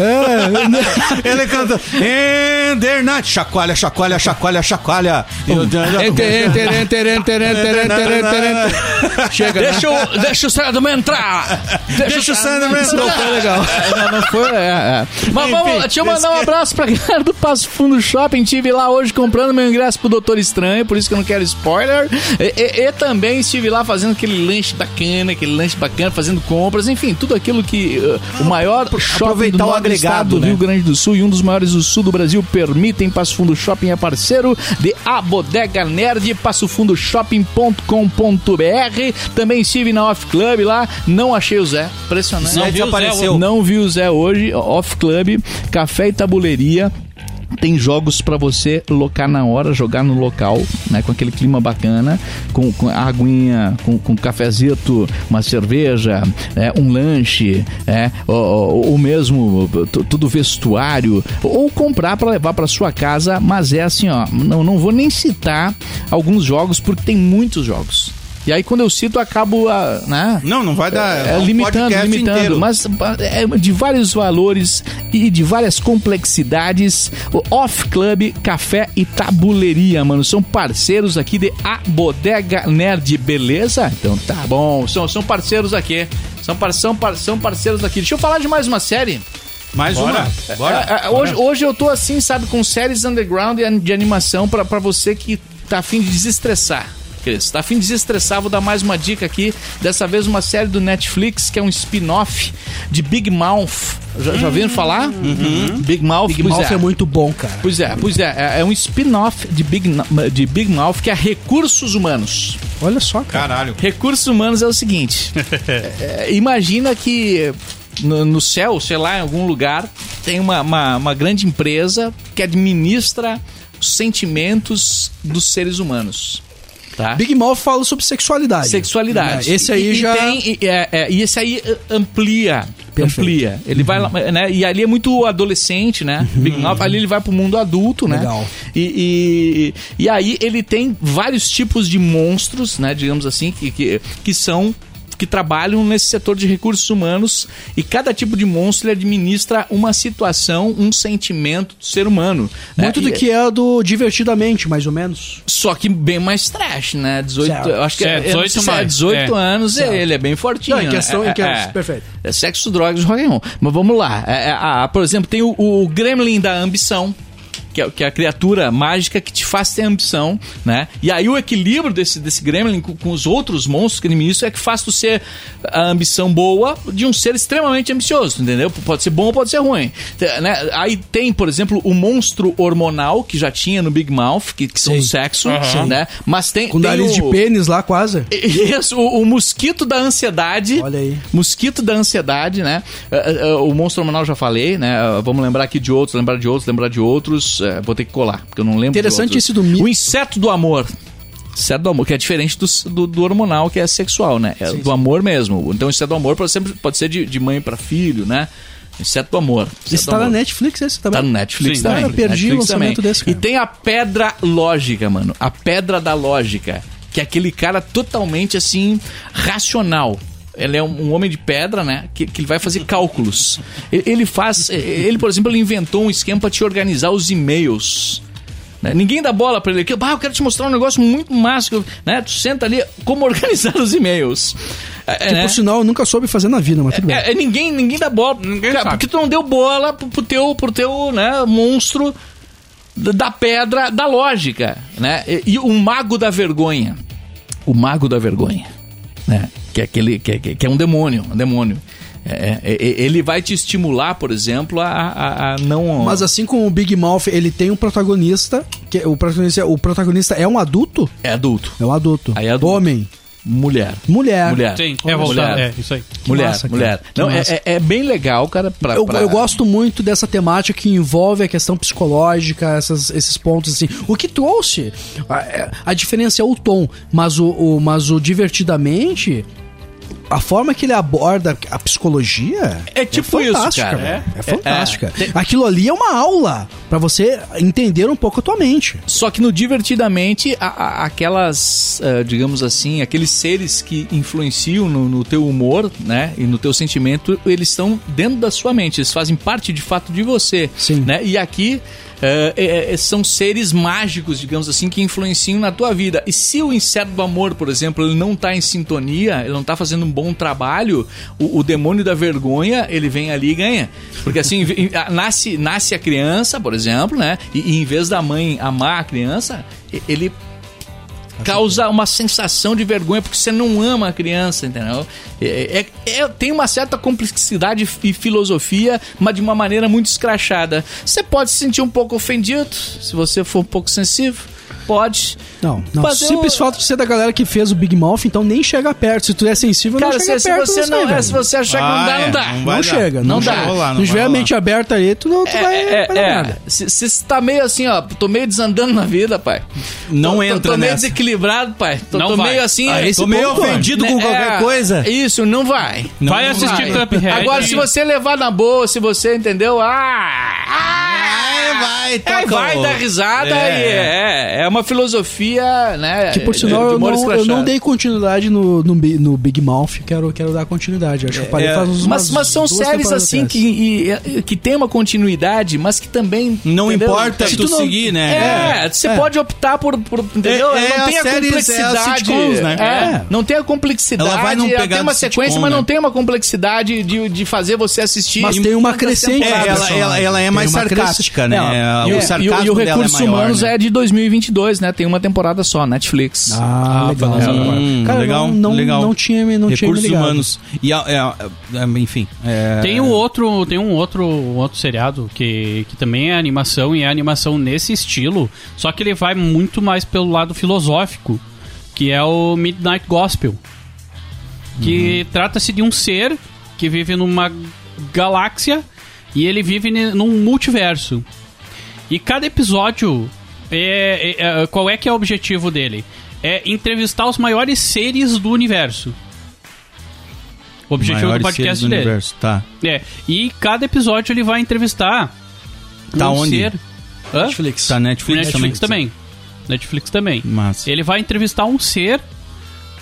E: É, Ele canta. Ender Night. Chacoalha, chacoalha, chacoalha, chacoalha.
F: Tá
D: é, é, Chega, deixa, o, deixa o Sandman entrar!
E: né? (laughs) Deixa o Sandman
D: Não foi legal. (laughs) Não, não foi, é, é. Mas vamos, deixa eu mandar
E: é-
D: um abraço pra galera do Passo Fundo Shopping. Estive lá hoje comprando meu ingresso pro Doutor Estranho, por isso que eu não quero spoiler. E, e- e também estive lá fazendo aquele lanche bacana, aquele lanche bacana, fazendo compras, enfim, tudo aquilo que uh, o maior shopping do
E: aproveitar o
D: norte do
E: agregado,
D: estado do
E: né?
D: Rio Grande do Sul e um dos maiores do sul do Brasil permitem. Passo Fundo Shopping é parceiro de A Bodega Nerd, passofundoshopping.com.br. Também estive na Off Club lá, não achei o Zé, impressionante.
G: Não
E: Zé
G: viu o Zé
E: desapareceu.
G: hoje.
D: Não vi o Zé hoje, Off Club, Café e Tabuleiria. Tem jogos pra você locar na hora, jogar no local, né? Com aquele clima bacana, com, com a aguinha, com, com cafezito, uma cerveja, é, um lanche, é, ou, ou- ou mesmo tu- tudo vestuário, ou comprar pra levar pra sua casa, mas é assim, ó, não, não vou nem citar alguns jogos, porque tem muitos jogos. E aí quando eu cito, acabo, ah, né?
E: Não, não vai dar.
D: É,
E: um
D: limitando,
E: podcast
D: limitando,
E: inteiro.
D: mas ba- é de vários valores e de várias complexidades. O Off Club, Café e Tabuleiria, mano, são parceiros aqui de A Bodega Nerd, beleza? Então tá bom, são, são parceiros aqui. São, par, são, par, são parceiros aqui. Deixa eu falar de mais uma série.
E: Mais uma. Bora.
D: É,
F: tá
D: é, hoje, hoje eu tô assim, sabe, com séries underground e an- de animação pra, pra você que tá afim de desestressar. Cris, tá afim de desestressar, vou dar mais uma dica aqui. Dessa vez uma série do Netflix que é um spin-off de Big Mouth. Já, já ouviram falar? Big Mouth,
F: Big
D: pois
F: Mouth
D: é.
F: é muito bom, cara.
D: Pois é, pois é. É, é um spin-off de Big, Na- de Big Mouth que é Recursos Humanos.
F: Olha só, cara.
E: Caralho.
D: Recursos humanos é o seguinte: é, é, imagina que no, no céu, sei lá, em algum lugar, tem uma, uma, uma grande empresa que administra os sentimentos dos seres humanos. Tá?
F: Big Mouth fala sobre sexualidade.
D: Sexualidade.
F: É, Esse aí
D: E- e
F: já.
D: tem- e, é, é, e esse aí eh, amplia.
F: Perfeito.
D: Amplia. Ele vai lá, né? E ali é muito adolescente, né? Big Mouth. Ali ele vai pro mundo adulto, né?
F: Uhum. Legal.
D: E, e, e aí ele tem vários tipos de monstros, né? Digamos assim, que, que, que são. Que trabalham nesse setor de recursos humanos e cada tipo de monstro ele administra uma situação, um sentimento do ser humano. né?
F: Muito do
D: E-
F: que é do Divertidamente, mais ou menos.
D: só que bem mais trash, né? 18,
F: Certo.
D: eu acho que é,
G: Certo, 18
D: 18,
G: mais,
D: 18 anos, ele é bem fortinho.
F: Não, em questão-
D: né?
F: em questão-
D: É, é.
F: perfeito.
D: É sexo, drogas, rock and roll. Mas vamos lá. É, é, ah, por exemplo, tem o, o Gremlin da ambição. Que é, que é a criatura mágica que te faz ter ambição, né? E aí o equilíbrio desse, desse Gremlin com, com os outros monstros que administram é que faz tu ser a ambição boa de um ser extremamente ambicioso, entendeu? Pode ser bom, pode ser ruim. Te- né? Aí tem, por exemplo, o monstro hormonal que já tinha no Big Mouth, que, que são
F: Sim.
D: sexo, né? Mas tem.
F: Com
D: tem
F: nariz
D: o- Tá
F: de pênis lá, quase.
D: (laughs) isso, o, o mosquito da ansiedade.
F: Olha aí.
D: Mosquito da ansiedade, né? Eh, eh, o monstro hormonal já falei, né? Eh, vamos lembrar aqui de É, outros, lembrar de outros, lembrar de outros. Eh, vou ter que colar, porque eu não lembro. de
F: Interessante
D: outros.
F: esse do mi-
D: O inseto do amor. Certo do amor, que é diferente do, do, do hormonal, que é sexual, né? É do amor mesmo. Então, inseto do amor pode ser, pode ser de, de mãe pra filho, né? Inseto do amor. Inseto
F: Esse
D: do
F: tá na
D: amor.
F: Netflix, esse também.
D: Tá no Netflix
G: Sim,
D: também.
F: cara, perdi
D: Netflix
F: o lançamento
D: também.
F: desse, cara.
D: E tem a pedra lógica, mano. A pedra da lógica. Que é aquele cara totalmente assim, racional. Ele é um, um homem de pedra, né? Que, que ele vai fazer cálculos. E- Ele faz. Ele, por exemplo, ele inventou um esquema pra te organizar os e-mails. né? Ninguém dá bola pra ele. Que, "Bah, eu quero te mostrar um negócio muito massa. que eu-", Né? Tu senta ali, como (laughs) organizar os e-mails. É,
F: Que,
D: né?
F: por sinal, eu nunca soube fazer na vida, mas tudo bem.
D: É, é, ninguém, ninguém dá bola. Cara,
I: sabe.
D: Porque tu não deu bola pro, pro teu, pro teu né, monstro da da pedra da lógica, né? E, e o mago da vergonha. O mago da vergonha, né? Que é, aquele, que é, que é um demônio, um demônio. É, é, é, ele vai te estimular, por exemplo, a, a, a não...
F: Mas assim como o Big Mouth, ele tem um protagonista, que é o protagonista, o protagonista é um adulto?
D: É adulto.
F: É um adulto.
D: Aí é adulto.
F: Homem.
D: Mulher.
F: Mulher.
D: Mulher.
I: Sim, é voltar. É, isso aí.
D: Mulher,
F: massa, cara.
D: mulher.
F: Que
D: Não, é,
F: massa.
D: é- é bem legal, cara, pra...
F: Eu,
D: pra-
F: eu gosto muito dessa temática que envolve a questão psicológica, essas- esses pontos assim. O que trouxe? A, a diferença é o tom, mas o, o- mas o divertidamente. A forma que ele aborda a psicologia
D: É tipo isso,
F: fantástica,
D: cara.
F: velho. É,
D: É.
F: fantástica.
D: É. Tem-
F: Aquilo ali é uma aula pra você entender um pouco a tua mente.
D: Só que no Divertidamente, a- a- aquelas, eh, digamos assim, aqueles seres que influenciam no, no teu humor, né? E no teu sentimento, eles estão dentro da sua mente, eles fazem parte de fato de você.
F: Sim.
D: Né? E aqui eh, eh, eh, são seres mágicos, digamos assim, que influenciam na tua vida. E se o inseto do amor, por exemplo, ele não tá em sintonia, ele não tá fazendo um bom trabalho, o, o demônio da vergonha, ele vem ali e ganha. Porque assim, em- em- a- nasce, nasce a criança, por exemplo, né? E, e em vez da mãe amar a criança, e- ele causa uma sensação de vergonha porque você não ama a criança, entendeu? É, é- é- tem uma certa complexidade e filosofia, mas de uma maneira muito escrachada. Você pode se sentir um pouco ofendido, se você for um pouco sensível, pode.
F: Não, não.
D: Fazer
F: Simples
D: um-
F: fato de ser da galera que fez o Big Mouth, então nem chega perto. Se tu é sensível,
D: Cara,
F: não chega
D: se, se
F: perto.
D: você
F: disso
D: não,
F: aí,
D: é,
F: velho.
D: se você achar
E: Ah,
D: que
E: é,
D: não dá, não dá.
E: vai
F: não
E: dar.
F: chega, não,
D: Não
F: dá.
D: dá.
E: Vai rolar, não
F: Se tiver
E: vai
F: a
E: rolar.
F: mente aberta aí, tu não tu
D: É,
F: vai,
D: é,
F: vai dar
D: é.
F: merda.
D: Se se você tá meio assim, ó, tô meio desandando na vida, pai.
E: Não
D: tô, tô,
E: entra
D: tô meio
E: nessa.
D: desequilibrado, pai. Tô,
G: Não
D: tô
G: vai.
D: meio assim.
E: Ah, esse Tô meio
F: é.
E: ponto, ofendido
D: né,
E: com qualquer coisa.
D: Isso, não vai.
G: Vai assistir
D: Vai.
G: Cuphead.
D: Agora, se você levar na boa, se você entendeu, ah! ah
E: Aí vai,
D: aí
E: toca
D: vai
E: o-
D: dar risada e é, é uma filosofia, né?
F: Que por
D: de-
F: sinal
D: de
F: Tipo, eu
D: humor
F: não, eu
D: escrachado.
F: não dei continuidade no, no, Bi- no Big Mouth, quero, quero dar continuidade. Acho que eu parei
E: É.
F: faz uns
D: Mas,
F: umas
D: mas são
F: duas
D: séries
F: temporadas
D: assim
F: atrás.
D: que, e- e- que tem uma continuidade, mas que também.
E: Não
D: entendeu?
E: importa tu,
D: não-
E: seguir, né?
D: É, você
F: É.
D: pode optar por. por- entendeu?
E: É, é
D: não tem
E: a
D: a,
E: série- é as
D: complexidade.
E: sitcoms, né?
D: É,
F: É.
D: Não tem a complexidade.
E: Ela vai num
D: ela tem
E: pegado
D: uma
E: sitcom,
D: sequência, mas
E: né?
D: não tem uma complexidade de, de fazer você assistir.
F: Mas tem uma
D: tantas
F: crescente.
E: É,
D: temporadas.
E: ela,
F: personagem.
E: ela, ela é
F: Tem
E: mais
F: uma crescente-
E: sarcástica, né?
F: Não,
E: O
D: E o, e o-
E: sarcasmo
D: e o
E: dela
D: Recursos
E: é maior,
D: Humanos
E: né?
D: é de 2022, né? Tem uma temporada só, Netflix.
F: Ah, legal.
E: falando agora. Hum,
F: Cara,
E: legal,
F: não, não,
E: legal.
F: não tinha, me- não tinha me
E: Recursos
F: ligado.
E: Humanos. E, a- é, a- é, enfim. é-
G: Tem um outro, tem um outro, um outro seriado que, que também é animação e é animação nesse estilo, só que ele vai muito mais pelo lado filosófico, que é o Midnight Gospel, que
E: Uhum.
G: trata-se de um ser que vive numa galáxia e ele vive ne- num multiverso. E cada episódio é, é- é- qual é que é o objetivo dele? É entrevistar os maiores seres do universo. O objetivo
E: maiores
G: do
E: seres
G: podcast
E: do
G: dele.
E: universo, Tá.
G: É, e cada episódio ele vai entrevistar
E: Tá
G: um
E: onde?
G: ser. Hã?
E: Netflix.
G: Netflix,
E: Tá Netflix, também.
G: também. Netflix também.
E: Massa.
G: Ele vai entrevistar um ser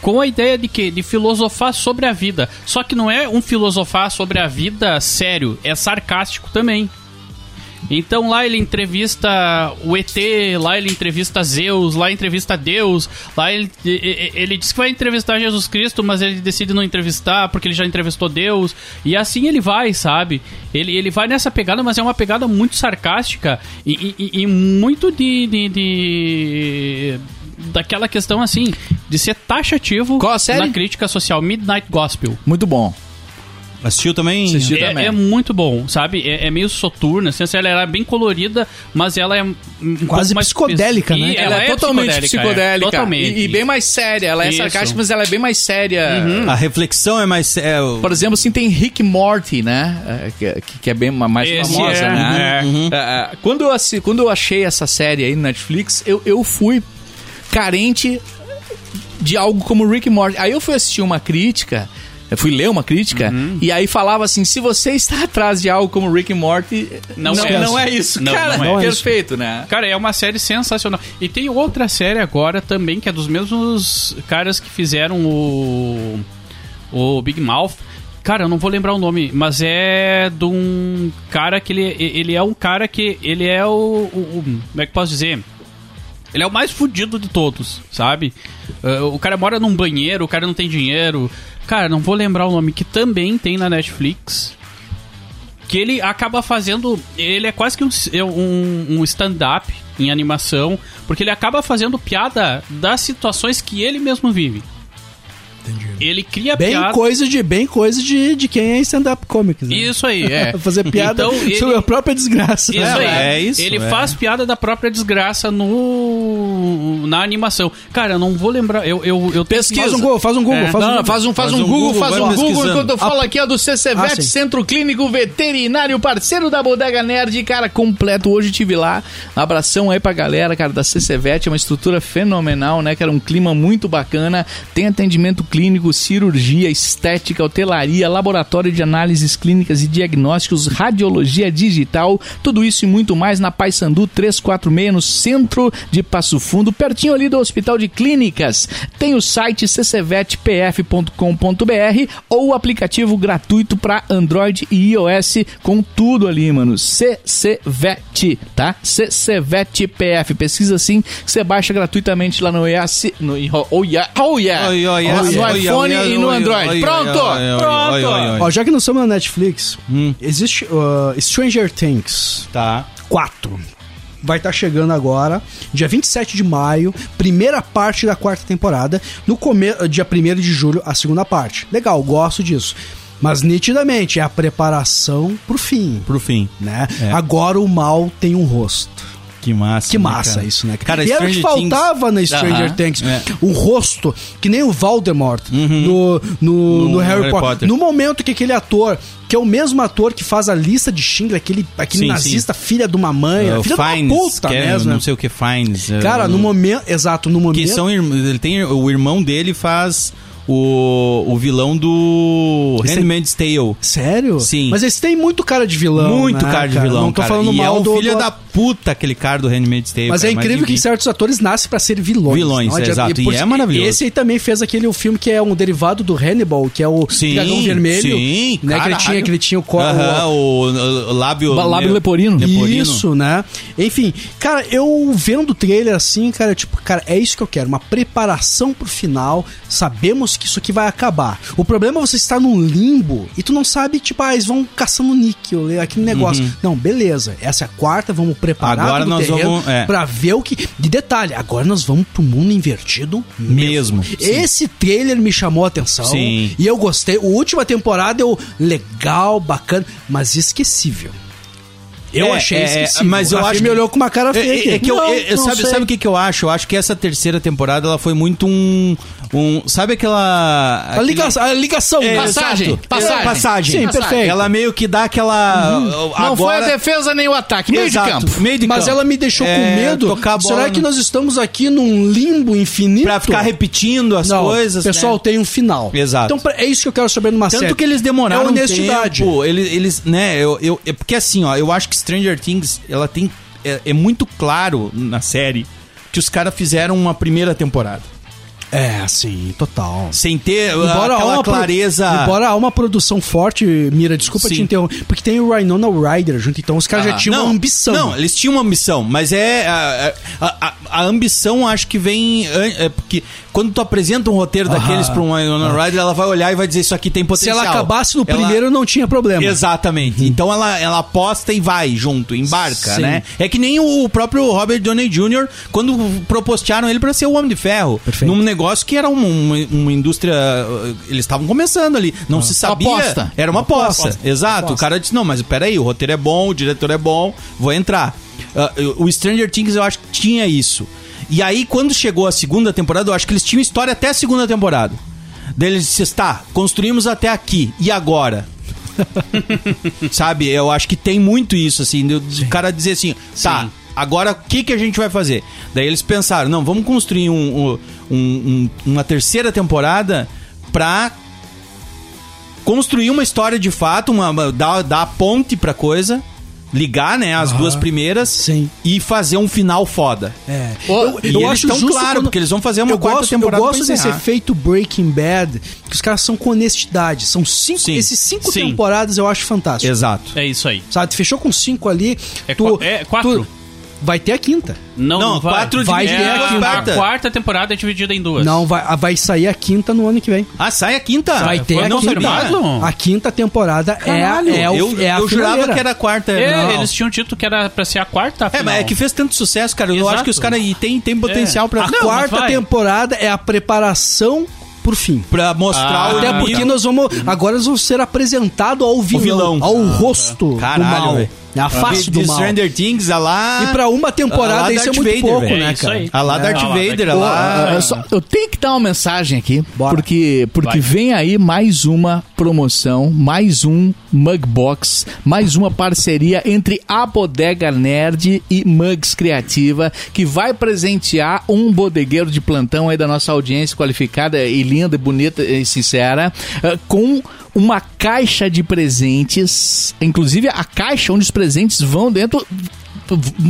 G: com a ideia de que de filosofar sobre a vida. Só que não é um filosofar sobre a vida sério, é sarcástico também. Então lá ele entrevista o ET, lá ele entrevista Zeus, lá entrevista Deus, lá ele, e- e- ele diz que vai entrevistar Jesus Cristo, mas ele decide não entrevistar porque ele já entrevistou Deus. E assim ele vai, sabe? Ele, ele vai nessa pegada, mas é uma pegada muito sarcástica e, e- e- e muito de, de- de- daquela questão assim, de ser taxativo
D: Qual a série?
G: na crítica social. Midnight Gospel.
D: Muito bom.
E: Assistiu também?
D: Assistiu. Eu
G: É,
D: também.
G: é muito bom, sabe? É, é meio soturna, assim, assim, ela é bem colorida, mas ela é um um
F: Quase
G: pouco mais
F: psicodélica,
G: espe-
F: né?
G: E
D: Ela, é, totalmente
G: é.
D: psicodélica.
G: Totalmente.
D: E, e bem mais séria. Ela é
G: Isso. Uhum.
D: sarcástica, mas ela é bem mais séria.
E: A reflexão é mais. É, o-
D: Por exemplo, assim, tem Rick Morty, né? É, Que, que é bem ma- mais
G: Esse
D: famosa,
G: é,
D: né?
G: é.
D: É, é. Quando, eu, assi- quando eu achei essa série aí no Netflix, eu, eu fui carente de algo como Rick and Morty. Aí eu fui assistir uma crítica, eu fui ler uma crítica,
G: Uhum.
D: e aí falava assim: se você está atrás de algo como Rick and Morty, não,
G: Não
D: não,
G: é.
D: é, isso,
G: Não,
D: cara.
G: não
D: (laughs)
G: é.
D: perfeito, né?
G: Cara, é uma série sensacional. E tem outra série agora também, que é dos mesmos caras que fizeram o. O Big Mouth. Cara, eu não vou lembrar o nome, mas é de um cara que ele, ele é um cara que. Ele é o. o- o- como é que eu posso dizer? Ele é o mais fudido de todos, sabe? Ah, o cara mora num banheiro, o cara não tem dinheiro. Cara, não vou lembrar o nome, que também tem na Netflix que ele acaba fazendo. Ele é quase que um, é um, um stand-up em animação, porque ele acaba fazendo piada das situações que ele mesmo vive. Entendi. Ele cria
F: Bem
G: piada.
F: coisa de bem coisa de, de quem é stand-up comics. Né?
G: Isso aí,
E: (laughs)
G: é.
F: Fazer piada
G: Então, ele-
F: sobre a própria desgraça.
G: Isso
E: É,
G: aí.
E: é isso,
G: ele
E: é.
G: faz piada da própria desgraça no na animação. Cara, eu não vou lembrar. Eu, eu, eu tenho que-
F: Faz um Google, faz um Google,
G: É.
F: faz um
D: Não,
F: Google.
D: faz um, faz um Google, faz
E: vai
D: um Google
E: pesquisando.
D: enquanto eu falo aqui, ó, do CCVET,
F: Ah, sim.
D: Centro Clínico Veterinário, parceiro da Bodega Nerd, cara, completo. Hoje tive lá. Abração aí pra galera, cara, da CCVET, é uma estrutura fenomenal, né, cara? Um clima muito bacana. Tem atendimento clínico, cirurgia, estética, hotelaria, laboratório de análises clínicas e diagnósticos, radiologia digital, tudo isso e muito mais na Paysandu 346, no centro de Passo Fundo, pertinho ali do Hospital de Clínicas. Tem o site ccvetpf.com.br ou o aplicativo gratuito para Android e iOS com tudo ali, mano. CCVET, tá? CCVETPF. Pesquisa assim que você baixa gratuitamente lá no iOS, no iho- oh yeah, oh yeah. oh,
E: Oi, oi,
D: no
E: oi, oi,
D: iPhone
E: oi,
D: e no
E: oi,
D: Android.
E: oi, oi,
D: Pronto!
E: oi, oi, oi, oi, oi,
D: Pronto!
E: oi.
F: Ó, já que nós estamos na Netflix,
E: Hum.
F: existe uh, Stranger Things
E: Tá.
F: 4. Vai estar chegando agora, dia 27 de maio, primeira parte da quarta temporada. No come... dia 1 de julho, a segunda parte. Legal, gosto disso. Mas nitidamente é a preparação pro fim,
E: Pro fim.
F: né?
E: É.
F: Agora o mal tem um rosto.
E: Que massa.
F: Que
E: né,
F: massa
E: cara?
F: isso, né?
E: Cara,
F: e era o que
E: Stranger Things-
F: faltava na Stranger
D: Aham.
F: Things.
E: É.
F: O
E: Uhum.
F: rosto, que nem o Voldemort no, no, no Harry,
E: Harry
F: Potter.
E: Potter.
F: No momento que aquele ator, que é o mesmo ator que faz a lista de Schindler, aquele, aquele
E: Sim,
F: nazista, filha de uma mãe,
E: Uh,
F: né? filha de uma
E: Fiennes,
F: puta
E: que é,
F: mesmo. né?
E: não sei o que, Fines.
F: Cara, no momento... Exato, no momento...
E: Que são irm- ele tem o irmão dele faz o, o vilão do
F: Esse-
E: Handmaid's Tale.
F: Sério?
E: Sim.
F: Mas eles têm muito cara de vilão,
E: Muito
F: né,
E: cara de vilão,
F: Não tô
E: cara.
F: falando
E: e
F: mal
E: é o
F: do...
E: filho
F: do-
E: da puta aquele cara do Handmaid's Tale.
F: Mas é
E: cara,
F: incrível que
E: enfim.
F: certos atores nascem pra ser vilões.
E: Vilões,
F: não adianta.
E: exato,
F: por
E: e é
F: isso-
E: maravilhoso.
F: Esse aí também fez aquele filme que é um derivado do Hannibal, que é o
E: Sim,
F: Dragão Vermelho.
E: sim,
F: né, que, ele
E: caralho.
F: tinha, que ele tinha o cor-
E: Aham, o, o lábio...
D: Ba- lábio
E: ne-
D: leporino.
E: leporino.
F: Hum. Isso, né? Enfim, cara, eu vendo o trailer assim, cara, tipo, cara, é isso que eu quero, uma preparação pro final. Sabemos que isso aqui vai acabar. O problema é você estar num limbo e tu não sabe, tipo, ah, eles vão caçando níquel, né, aquele negócio. Não, beleza, essa é a quarta, vamos preparar
E: Uhum. Agora
F: todo o
E: nós
F: terreno
E: vamos- é.
F: pra ver o que. De detalhe, agora nós vamos pro mundo invertido
E: Mesmo.
F: esse trailer me chamou a atenção.
E: Sim.
F: E eu gostei. O última temporada eu legal, bacana, mas esquecível. Eu
E: É,
F: achei
E: é,
F: esquecível.
E: mas eu
F: O Rafinha
E: acho
F: me
E: que-
F: olhou com uma cara feia.
E: É,
F: aqui.
E: é, é que eu,
F: Não,
E: é, é,
F: não
E: sabe,
F: sei.
E: sabe o que, que eu acho? Eu acho que essa terceira temporada ela foi muito um. um sabe aquela.
F: a
E: aquele-
F: ligação, a ligação
E: É,
D: Passagem,
E: exato.
D: passagem.
E: É, passagem.
F: Sim,
E: Passagem.
F: perfeito. Uhum.
E: Ela meio que dá aquela.
D: Não
E: agora-
D: foi a defesa nem o ataque, meio
E: Exato,
D: de campo.
E: Meio de
F: mas
E: campo.
F: ela me deixou
E: É,
F: com medo.
E: tocar a bola
F: Será que
E: no-
F: nós estamos aqui num limbo infinito?
E: Pra ficar repetindo as
F: Não,
E: coisas.
F: pessoal,
E: né?
F: tem um final.
E: Exato.
F: Então pra- é isso que eu quero saber numa
E: Tanto
F: série.
E: que eles demoraram
F: É honestidade.
E: um tempo. Eles, eles né, eu, eu, é porque assim, ó, eu acho que Stranger Things, ela tem é, é muito claro na série que os caras fizeram uma primeira temporada,
F: É, sim, total.
E: sem ter uh,
F: Embora há
E: aquela
F: uma pro-
E: clareza.
F: Embora há uma produção forte, Mira, desculpa
E: Sim.
F: te interromper, porque tem o Rhinona Rider junto, então os caras já tinham uma ambição.
E: Ah, Não, eles tinham uma ambição, mas é. A, a, a- a ambição acho que vem. an- É, porque quando tu apresenta um roteiro daqueles pra uma Winona Ryder, ela vai olhar e vai dizer isso aqui tem
F: Se
E: potencial.
F: ela acabasse no
E: Ela-
F: primeiro, não tinha problema.
E: Exatamente. Então ela, ela aposta e vai junto, embarca,
F: Sim.
E: né? É que nem o próprio Robert Downey Jr., quando propostearam ele pra ser o Homem de Ferro.
F: Perfeito.
E: Num negócio que era uma, uma, uma indústria. uh, Eles estavam começando ali. Não se sabia.
D: Aposta.
E: Era uma aposta.
F: Aposta.
E: Exato. O cara disse: não, mas peraí, o roteiro é bom, o diretor é bom, vou entrar. Ah, eu- o Stranger Things eu acho que tinha isso. E aí, quando chegou a segunda temporada, eu acho que eles tinham história até a segunda temporada. Daí eles disseram, tá, construímos até aqui. E agora? sabe? Eu acho que tem muito isso, assim, do- do cara dizer assim, tá, Agora o que, que a gente vai fazer? Daí eles pensaram, não, vamos construir um- um- um- uma terceira temporada pra construir uma história de fato, uma, uma- dar, dar a ponte pra coisa, ligar, né, as duas primeiras
F: sim.
E: e fazer um final foda.
F: É.
E: Eu- e eles tão
F: justo
E: claro, porque eles vão fazer uma
F: eu
E: quarta
F: gosto,
E: temporada
F: Eu
E: pra
F: gosto desse
E: encerrar.
F: efeito Breaking Bad, que os caras são com honestidade. São cinco.
E: Sim.
F: Esses cinco
G: Sim.
F: temporadas eu acho fantástico.
E: Exato.
G: É isso aí.
F: Sabe, tu fechou com cinco ali.
G: É
F: tu-
G: qua- é quatro.
F: tu- vai ter a quinta.
G: Não,
E: Não,
G: não vai.
E: quatro de-
F: Vai
G: é,
F: ter a
G: a,
F: quinta.
G: quarta. temporada é dividida em duas.
F: Não, vai, ah, vai sair a quinta no ano que vem.
E: Ah, sai a quinta.
F: Vai ter
E: Eu
F: a
E: não
F: quinta.
E: sabia.
G: Confirmado?
F: A quinta temporada
E: Caralho,
F: é, é, o,
E: eu,
F: é a
E: eu jurava
F: finaleira.
E: que era a quarta.
G: É,
E: não.
G: eles tinham dito que era pra ser a quarta
E: É,
G: final.
E: mas é que fez tanto sucesso, cara. Eu
G: Exato.
E: acho que os caras aí tem,
F: É.
E: tem potencial pra,
F: A
E: Não,
F: quarta
G: vai.
F: temporada é a preparação pro fim.
E: pra mostrar o
G: Ah,
F: Até
E: inimigo.
F: porque nós vamos. Agora nós vamos ser apresentados ao vilão,
E: tá. vilão. Ah, tá.
F: ao rosto
E: Caralho,
F: do mal.
E: velho.
F: É a face
E: De-
F: do
E: de
F: mal.
E: Stranger Things, a lá...
F: E pra uma
E: a
F: temporada
E: lá
F: isso é
E: Ah, Darth
F: muito
E: Vader,
F: pouco,
E: velho.
F: né,
G: É isso
F: cara?
G: aí.
E: A lá
G: É.
E: Darth
G: Ah, lá,
E: Vader,
G: Darth
E: a lá...
F: é
D: Ah, só- eu tenho que dar uma mensagem aqui,
F: Bora.
D: porque porque
G: Vai.
D: vem aí mais uma promoção, mais um Mug Box, mais uma parceria entre a Bodega Nerd e Mugs Criativa, que vai presentear um bodegueiro de plantão aí da nossa audiência qualificada e linda, e bonita e sincera, eh, com uma caixa de presentes, inclusive a caixa onde os presentes vão dentro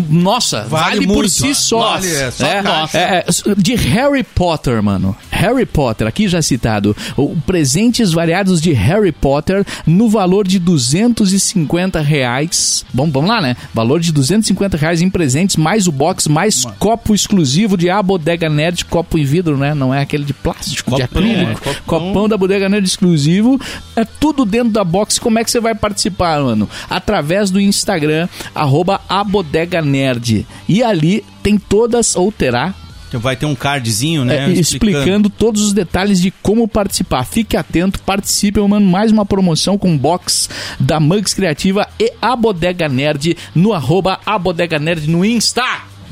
D: nossa, vale,
E: Vale
D: por
E: muito.
D: si só.
E: Vale, é só
D: É,
E: caixa.
D: é, é, de Harry Potter, mano. Harry Potter, aqui já é citado. O- presentes variados de Harry Potter no valor de 250 reais. Vamos, vamos lá, né? Valor de 250 reais em presentes, mais o box, mais copo exclusivo de A Bodega Nerd, copo em vidro, né? Não é aquele de plástico, de
E: Copão,
D: acrílico.
E: é,
D: copão. da Bodega Nerd exclusivo. É tudo dentro da box. Como é que você vai participar, mano? Através do Instagram, arroba A Bodega Nerd. E ali tem todas, ou terá,
E: Vai ter um cardzinho,
D: é,
E: né?
D: explicando. todos os detalhes de como participar. Fique atento, participe, mano. Mais uma promoção com box da Mugs Criativa e a Bodega Nerd no arroba a Bodega Nerd no Insta.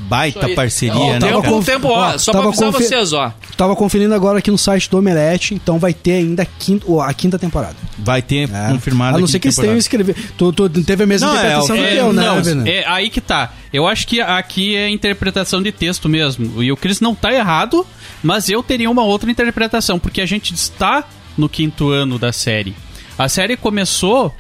E: Baita parceria,
D: Ó,
E: né,
D: tava
E: cara?
D: com tempo, ó,
F: ó,
D: só pra
F: tava
D: avisar
F: confi-
D: vocês, ó.
F: Tava conferindo agora aqui no site do Omelete, então vai ter ainda a quinta, ó, a quinta temporada.
E: Vai ter
F: É.
E: confirmado
F: A não
E: aqui
F: ser que eles
E: temporada.
F: tenham escrevido. Tu, tu teve a mesma
E: Não, é,
F: interpretação
E: é,
F: do teu, né,
G: não,
F: Vena?
G: é aí que tá. Eu acho que aqui é interpretação de texto mesmo. E o Chris não tá errado, mas eu teria uma outra interpretação, porque a gente está no quinto ano da série. A série começou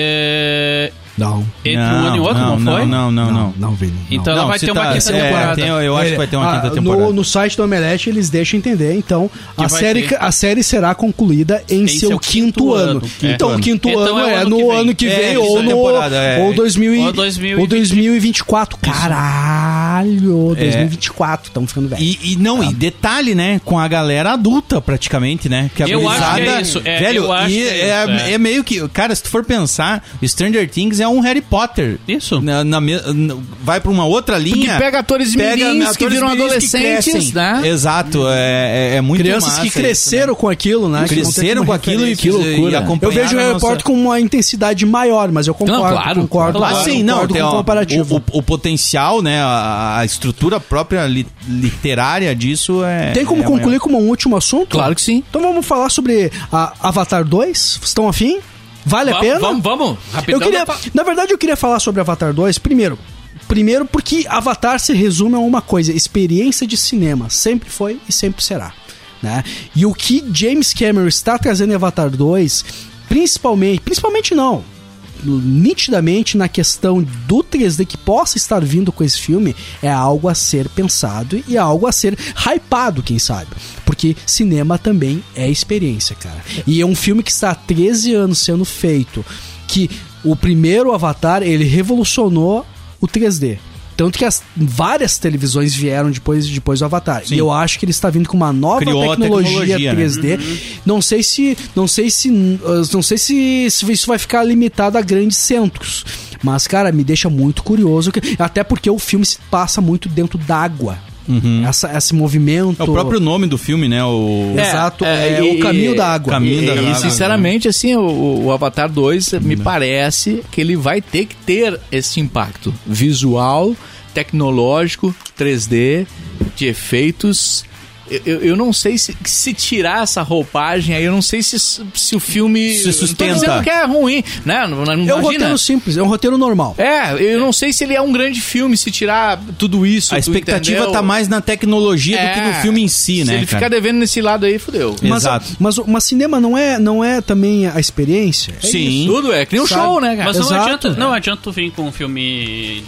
G: é,
F: Não.
G: entre um ano e outro, não, foi?
E: Não, não, não.
F: Não, não, Vini. não.
G: Então ela
E: Não,
G: vai
E: se
G: ter uma
E: tá-
G: quinta
E: é,
G: temporada.
E: tem- eu acho que vai ter uma
F: Ah,
E: quinta temporada.
F: no, no site do Omelete eles deixam entender, então, a
G: vai
F: série,
G: ter.
F: a série será concluída em, seu, quinto, ano.
G: Quinto
F: então, o
E: ano.
F: quinto
G: Então,
F: ano
G: é
F: é,
G: o ano
F: no
G: que vem.
F: ano que
E: É,
F: vem,
E: isso,
F: ou no
E: temporada, é.
F: ou 2000 e-
G: Ou 2020.
F: ou 2024.
E: É.
F: Caralho, 2024, estamos ficando velho.
E: E, e não, e detalhe, né? Com a galera adulta, praticamente, né? Que a
G: Eu acho que é
E: gurizada-
G: isso, é,
E: velho,
G: eu acho
E: e
G: que
E: é,
G: é isso, é.
E: é meio que. Cara, se tu for pensar, Stranger Things é um Harry Potter.
G: Isso.
E: Na, na me- na- vai pra uma outra
D: Porque
E: linha.
D: pega atores mirins que
E: atores
D: viram
E: mirins
D: adolescentes,
E: crescem.
D: né?
E: Exato, é, é, é muito
F: Crianças
E: massa
F: que
E: isso, né?
F: cresceram com aquilo, né? que não tem
E: Cresceram
F: como
E: com aquilo e,
F: referência.
D: Que loucura.
E: e
F: Eu
E: acompanharam.
F: vejo o
E: a
F: Harry
E: nossa-
F: Potter com uma intensidade maior, mas eu concordo.
D: Não, claro,
F: concordo,
D: claro.
E: Ah,
F: concordo,
E: sim, não,
F: concordo
E: tem
F: com o
E: ó,
F: comparativo.
E: O, o- o potencial, né, a, a estrutura própria li- literária disso é...
F: Tem como
E: é
F: concluir como um último assunto?
D: Claro que sim.
F: Então vamos falar sobre a Avatar 2? Vocês estão afim? Vale a pena?
H: Vamos, vamos. Rapidão.
F: Eu queria, na verdade, eu queria falar sobre Avatar 2 primeiro. Primeiro, porque Avatar se resume a uma coisa: experiência de cinema. Sempre foi e sempre será. Né? E o que James Cameron está trazendo em Avatar 2, principalmente, principalmente não, nitidamente na questão do 3D que possa estar vindo com esse filme, é algo a ser pensado e é algo a ser hypado, quem sabe. Porque cinema também é experiência, cara. E é um filme que está há 13 anos sendo feito, que o primeiro Avatar, ele revolucionou o 3D. Tanto que as várias televisões vieram depois, depois do Avatar. E eu acho que ele está vindo com uma nova
E: Criou a
F: tecnologia,
E: tecnologia, né?
F: 3D. 3D. Não sei se, não sei se, uh, não sei se, se isso vai ficar limitado a grandes centros. Mas cara, me deixa muito curioso, que- até porque o filme se passa muito dentro d'água. Essa, esse movimento.
E: Uhum. É o próprio nome do filme, né, o...
F: Exato,
D: É,
F: é,
D: é,
F: o caminho
D: e-
F: da água.
E: Caminho da
D: E,
E: Água.
D: sinceramente,
E: né?
D: assim, o, o Avatar 2 me parece que ele vai ter que ter esse impacto visual, tecnológico, 3D, de efeitos. Eu, eu- eu não sei se, se tirar essa roupagem aí, eu não sei se, se o filme.
E: Se sustenta.
D: Não tô dizendo que é ruim, né? Não, não,
F: É um
D: imagina.
F: roteiro simples, é um roteiro normal.
D: É, eu não sei se ele é um grande filme, se tirar tudo isso.
E: A
D: tu
E: expectativa
D: entendeu?
E: tá mais na tecnologia do
D: É.
E: que no filme em si,
D: Se
E: né,
D: ele
E: cara?
D: ficar devendo nesse lado aí, fudeu.
F: Mas,
E: Exato.
F: Mas, o- mas cinema não é, não é também a experiência? É
E: Sim.
D: Tudo é, que nem um
F: Sabe?
D: show, né, cara?
G: Mas não
F: Exato,
G: adianta,
F: é.
G: não adianta tu vir com um filme.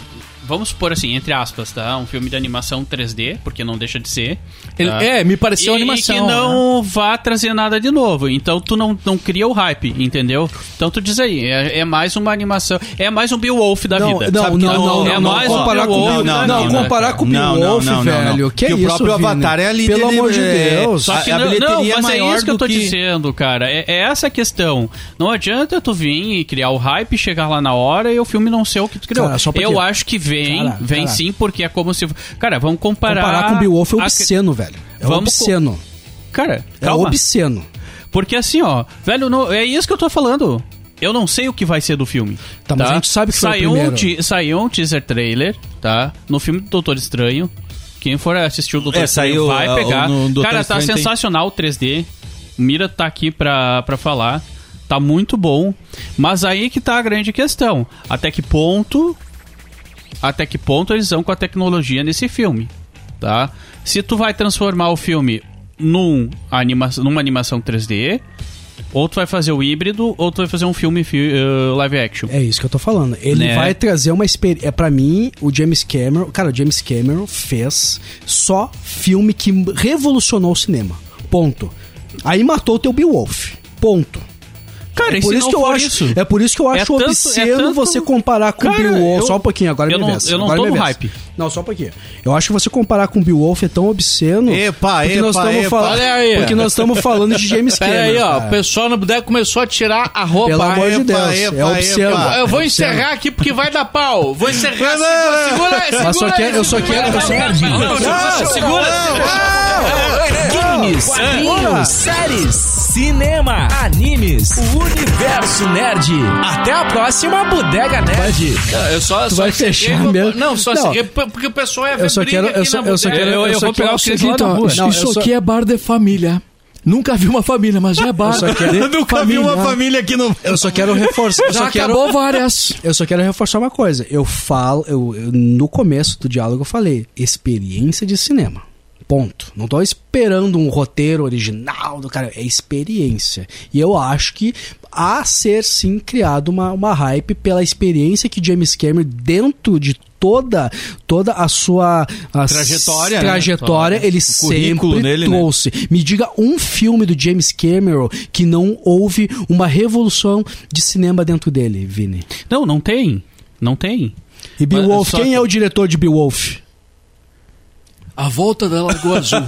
G: Vamos supor assim, entre aspas, tá? Um filme de animação 3D, porque não deixa de ser.
D: Ele-
E: Ah.
G: tá?
D: é, me pareceu
G: e,
D: animação. né?
G: E que não vá trazer nada de novo. Então tu não, não cria o hype, entendeu? Então tu diz aí, é, é mais uma animação. É mais um Beowulf da
F: Não,
G: vida.
F: não,
G: sabe?
F: não,
G: É
F: não, não,
G: mais um
F: não, comparar com-
G: Beowulf
F: não,
G: da
F: não,
G: vida,
F: comparar
G: cara.
F: com- o Beowulf, velho, que
E: Porque
F: isso,
E: o próprio
F: Vini?
E: Avatar é ali.
F: Pelo
E: ele-
F: amor de
E: é-
F: Deus.
G: Só que
E: a, a
G: não,
E: bilheteria
G: não,
E: é
G: mas Ah, é
E: maior
G: isso que
E: do
G: eu tô dizendo, cara. É, é essa a questão. Não adianta tu vir e criar o hype, chegar lá na hora e o filme não ser o que tu criou.
F: Cara, só porque-
G: eu acho que vem,
F: Cara,
G: vem
F: cara.
G: sim, porque é como se. Cara, vamos comparar.
F: Comparar com o Beowulf é
G: a-
F: obsceno, velho. É
G: Vamos
F: obsceno.
G: Cara,
F: É
G: calma.
F: obsceno.
G: Porque assim, ó, velho, não- é isso que eu tô falando. Eu não sei o que vai ser do filme.
F: Tá, mas a gente sabe que foi o
G: saiu
F: primeiro.
G: Um te- saiu um teaser trailer, tá? No filme do Doutor Estranho. Quem for assistir o Doutor
E: É,
G: Estranho
E: saiu,
G: vai
E: ah,
G: pegar.
E: no Doutor
G: Cara, tá
E: Estranho tem-
G: sensacional o 3D. Mira tá aqui pra, pra falar. Tá muito bom. Mas aí que tá a grande questão. Até que ponto até que ponto eles vão com a tecnologia nesse filme, tá? Se tu vai transformar o filme num anima numa animação 3D, ou tu vai fazer o híbrido, ou tu vai fazer um filme fi- eh, live action.
F: É isso que eu tô falando. Ele
G: Né?
F: vai trazer uma experiência. É, pra mim, o James Cameron. Cara, o James Cameron fez só filme que revolucionou o cinema. Ponto. Aí matou o teu Beowulf. Ponto.
G: Cara,
F: É
G: e
F: por
G: se
F: isso
G: não
F: que eu
G: for
F: acho,
G: isso?
F: é por isso que eu
G: É
F: acho
G: tanto- é
F: obsceno
G: tanto-
F: você comparar com o
G: Cara,
F: Beowulf.
G: eu-
F: Só um pouquinho, agora
G: eu
F: me
G: não-
F: vence.
G: eu não
F: agora
G: tô
F: me
G: no
F: vence.
G: hype.
F: Não, só um pouquinho. Eu acho que você comparar com o Beowulf é tão obsceno.
E: Epa,
F: porque nós
E: epa,
F: estamos
E: epa.
F: falando,
D: Olha aí.
F: porque nós estamos falando de
G: (laughs)
F: James Cameron.
D: Pera aí, ó. O
F: cara.
D: pessoal no boneco começou a tirar a roupa.
F: Pelo amor de
E: epa,
F: Deus, é
E: epa,
F: obsceno.
E: epa.
D: Eu vou
F: É obsceno.
D: encerrar aqui porque vai dar pau. Vou encerrar. assim,
E: Mas-
D: Segura, segura,
F: Mas só
D: aí, tipo
F: quero, eu só
D: segura.
F: quero, eu só quero.
D: assim,
F: ah,
C: Games, quadrinhos, séries, cinema, animes, o universo nerd. Até a próxima Bodega Nerd.
D: Eu só, cheguei-
F: vai fechar
D: eu-
F: mesmo?
D: Não, só
F: Não.
D: cheguei p- porque o pessoal ia ver
F: Eu só
D: briga
F: quero,
D: aqui
F: eu só,
D: na
F: eu só
D: boteca.
F: quero,
G: Eu- eu
F: só
G: vou
F: quero
G: pegar
F: o
G: o Cris
F: seguinte,
G: lá na
F: ó,
G: rua.
F: não, eu só-
D: é bar de família. Nunca vi uma família, mas já é bar.
F: eu só quero-
E: Nunca vi uma família aqui no.
F: Eu só quero reforçar, eu só quero
D: várias.
F: Eu só quero reforçar uma coisa. Eu falo, eu, eu- no começo do diálogo eu falei, experiência de cinema. Ponto. Não tô esperando um roteiro original do cara, é experiência. E eu acho que há ser sim criado uma, uma hype pela experiência que James Cameron dentro de toda toda a sua a
E: Trajetória, né?
F: trajetória ele
E: currículo
F: sempre
E: dele, né?
F: trouxe. Me diga um filme do James Cameron que não houve uma revolução de cinema dentro dele, Vini.
G: Não, não tem. Não tem.
F: E Beowulf,
G: Mas só
F: quem
G: que-
F: é o diretor de Beowulf?
D: A volta da Lagoa Azul.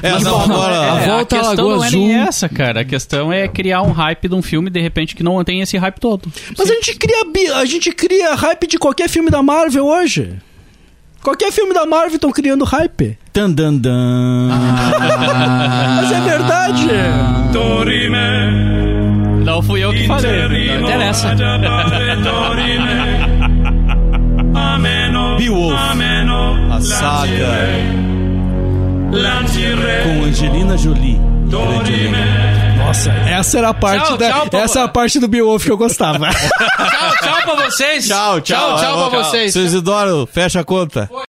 E: É, não, agora.
D: é.
G: a
D: volta à
G: questão
D: Lagoa
G: não é nem
D: Azul.
G: essa, cara. A questão é criar um hype de um filme, de repente, que não tem esse hype todo.
F: Mas a gente cria bi- a gente cria hype de qualquer filme da Marvel hoje. Qualquer filme da Marvel estão criando hype.
E: Tan, dan, dan.
F: Mas
G: Ah.
F: é verdade.
G: Não fui eu que falei. Não interessa.
E: Beowulf. A saga. Com Angelina Jolie. Grande elenco.
F: Nossa, essa era a parte
G: Tchau,
F: da
G: tchau,
F: essa é a parte do Beowulf que eu
G: (laughs)
F: gostava.
G: Tchau, tchau pra vocês.
E: Tchau, tchau.
D: Tchau, tchau pra vocês.
E: Seu Isidoro, fecha a conta.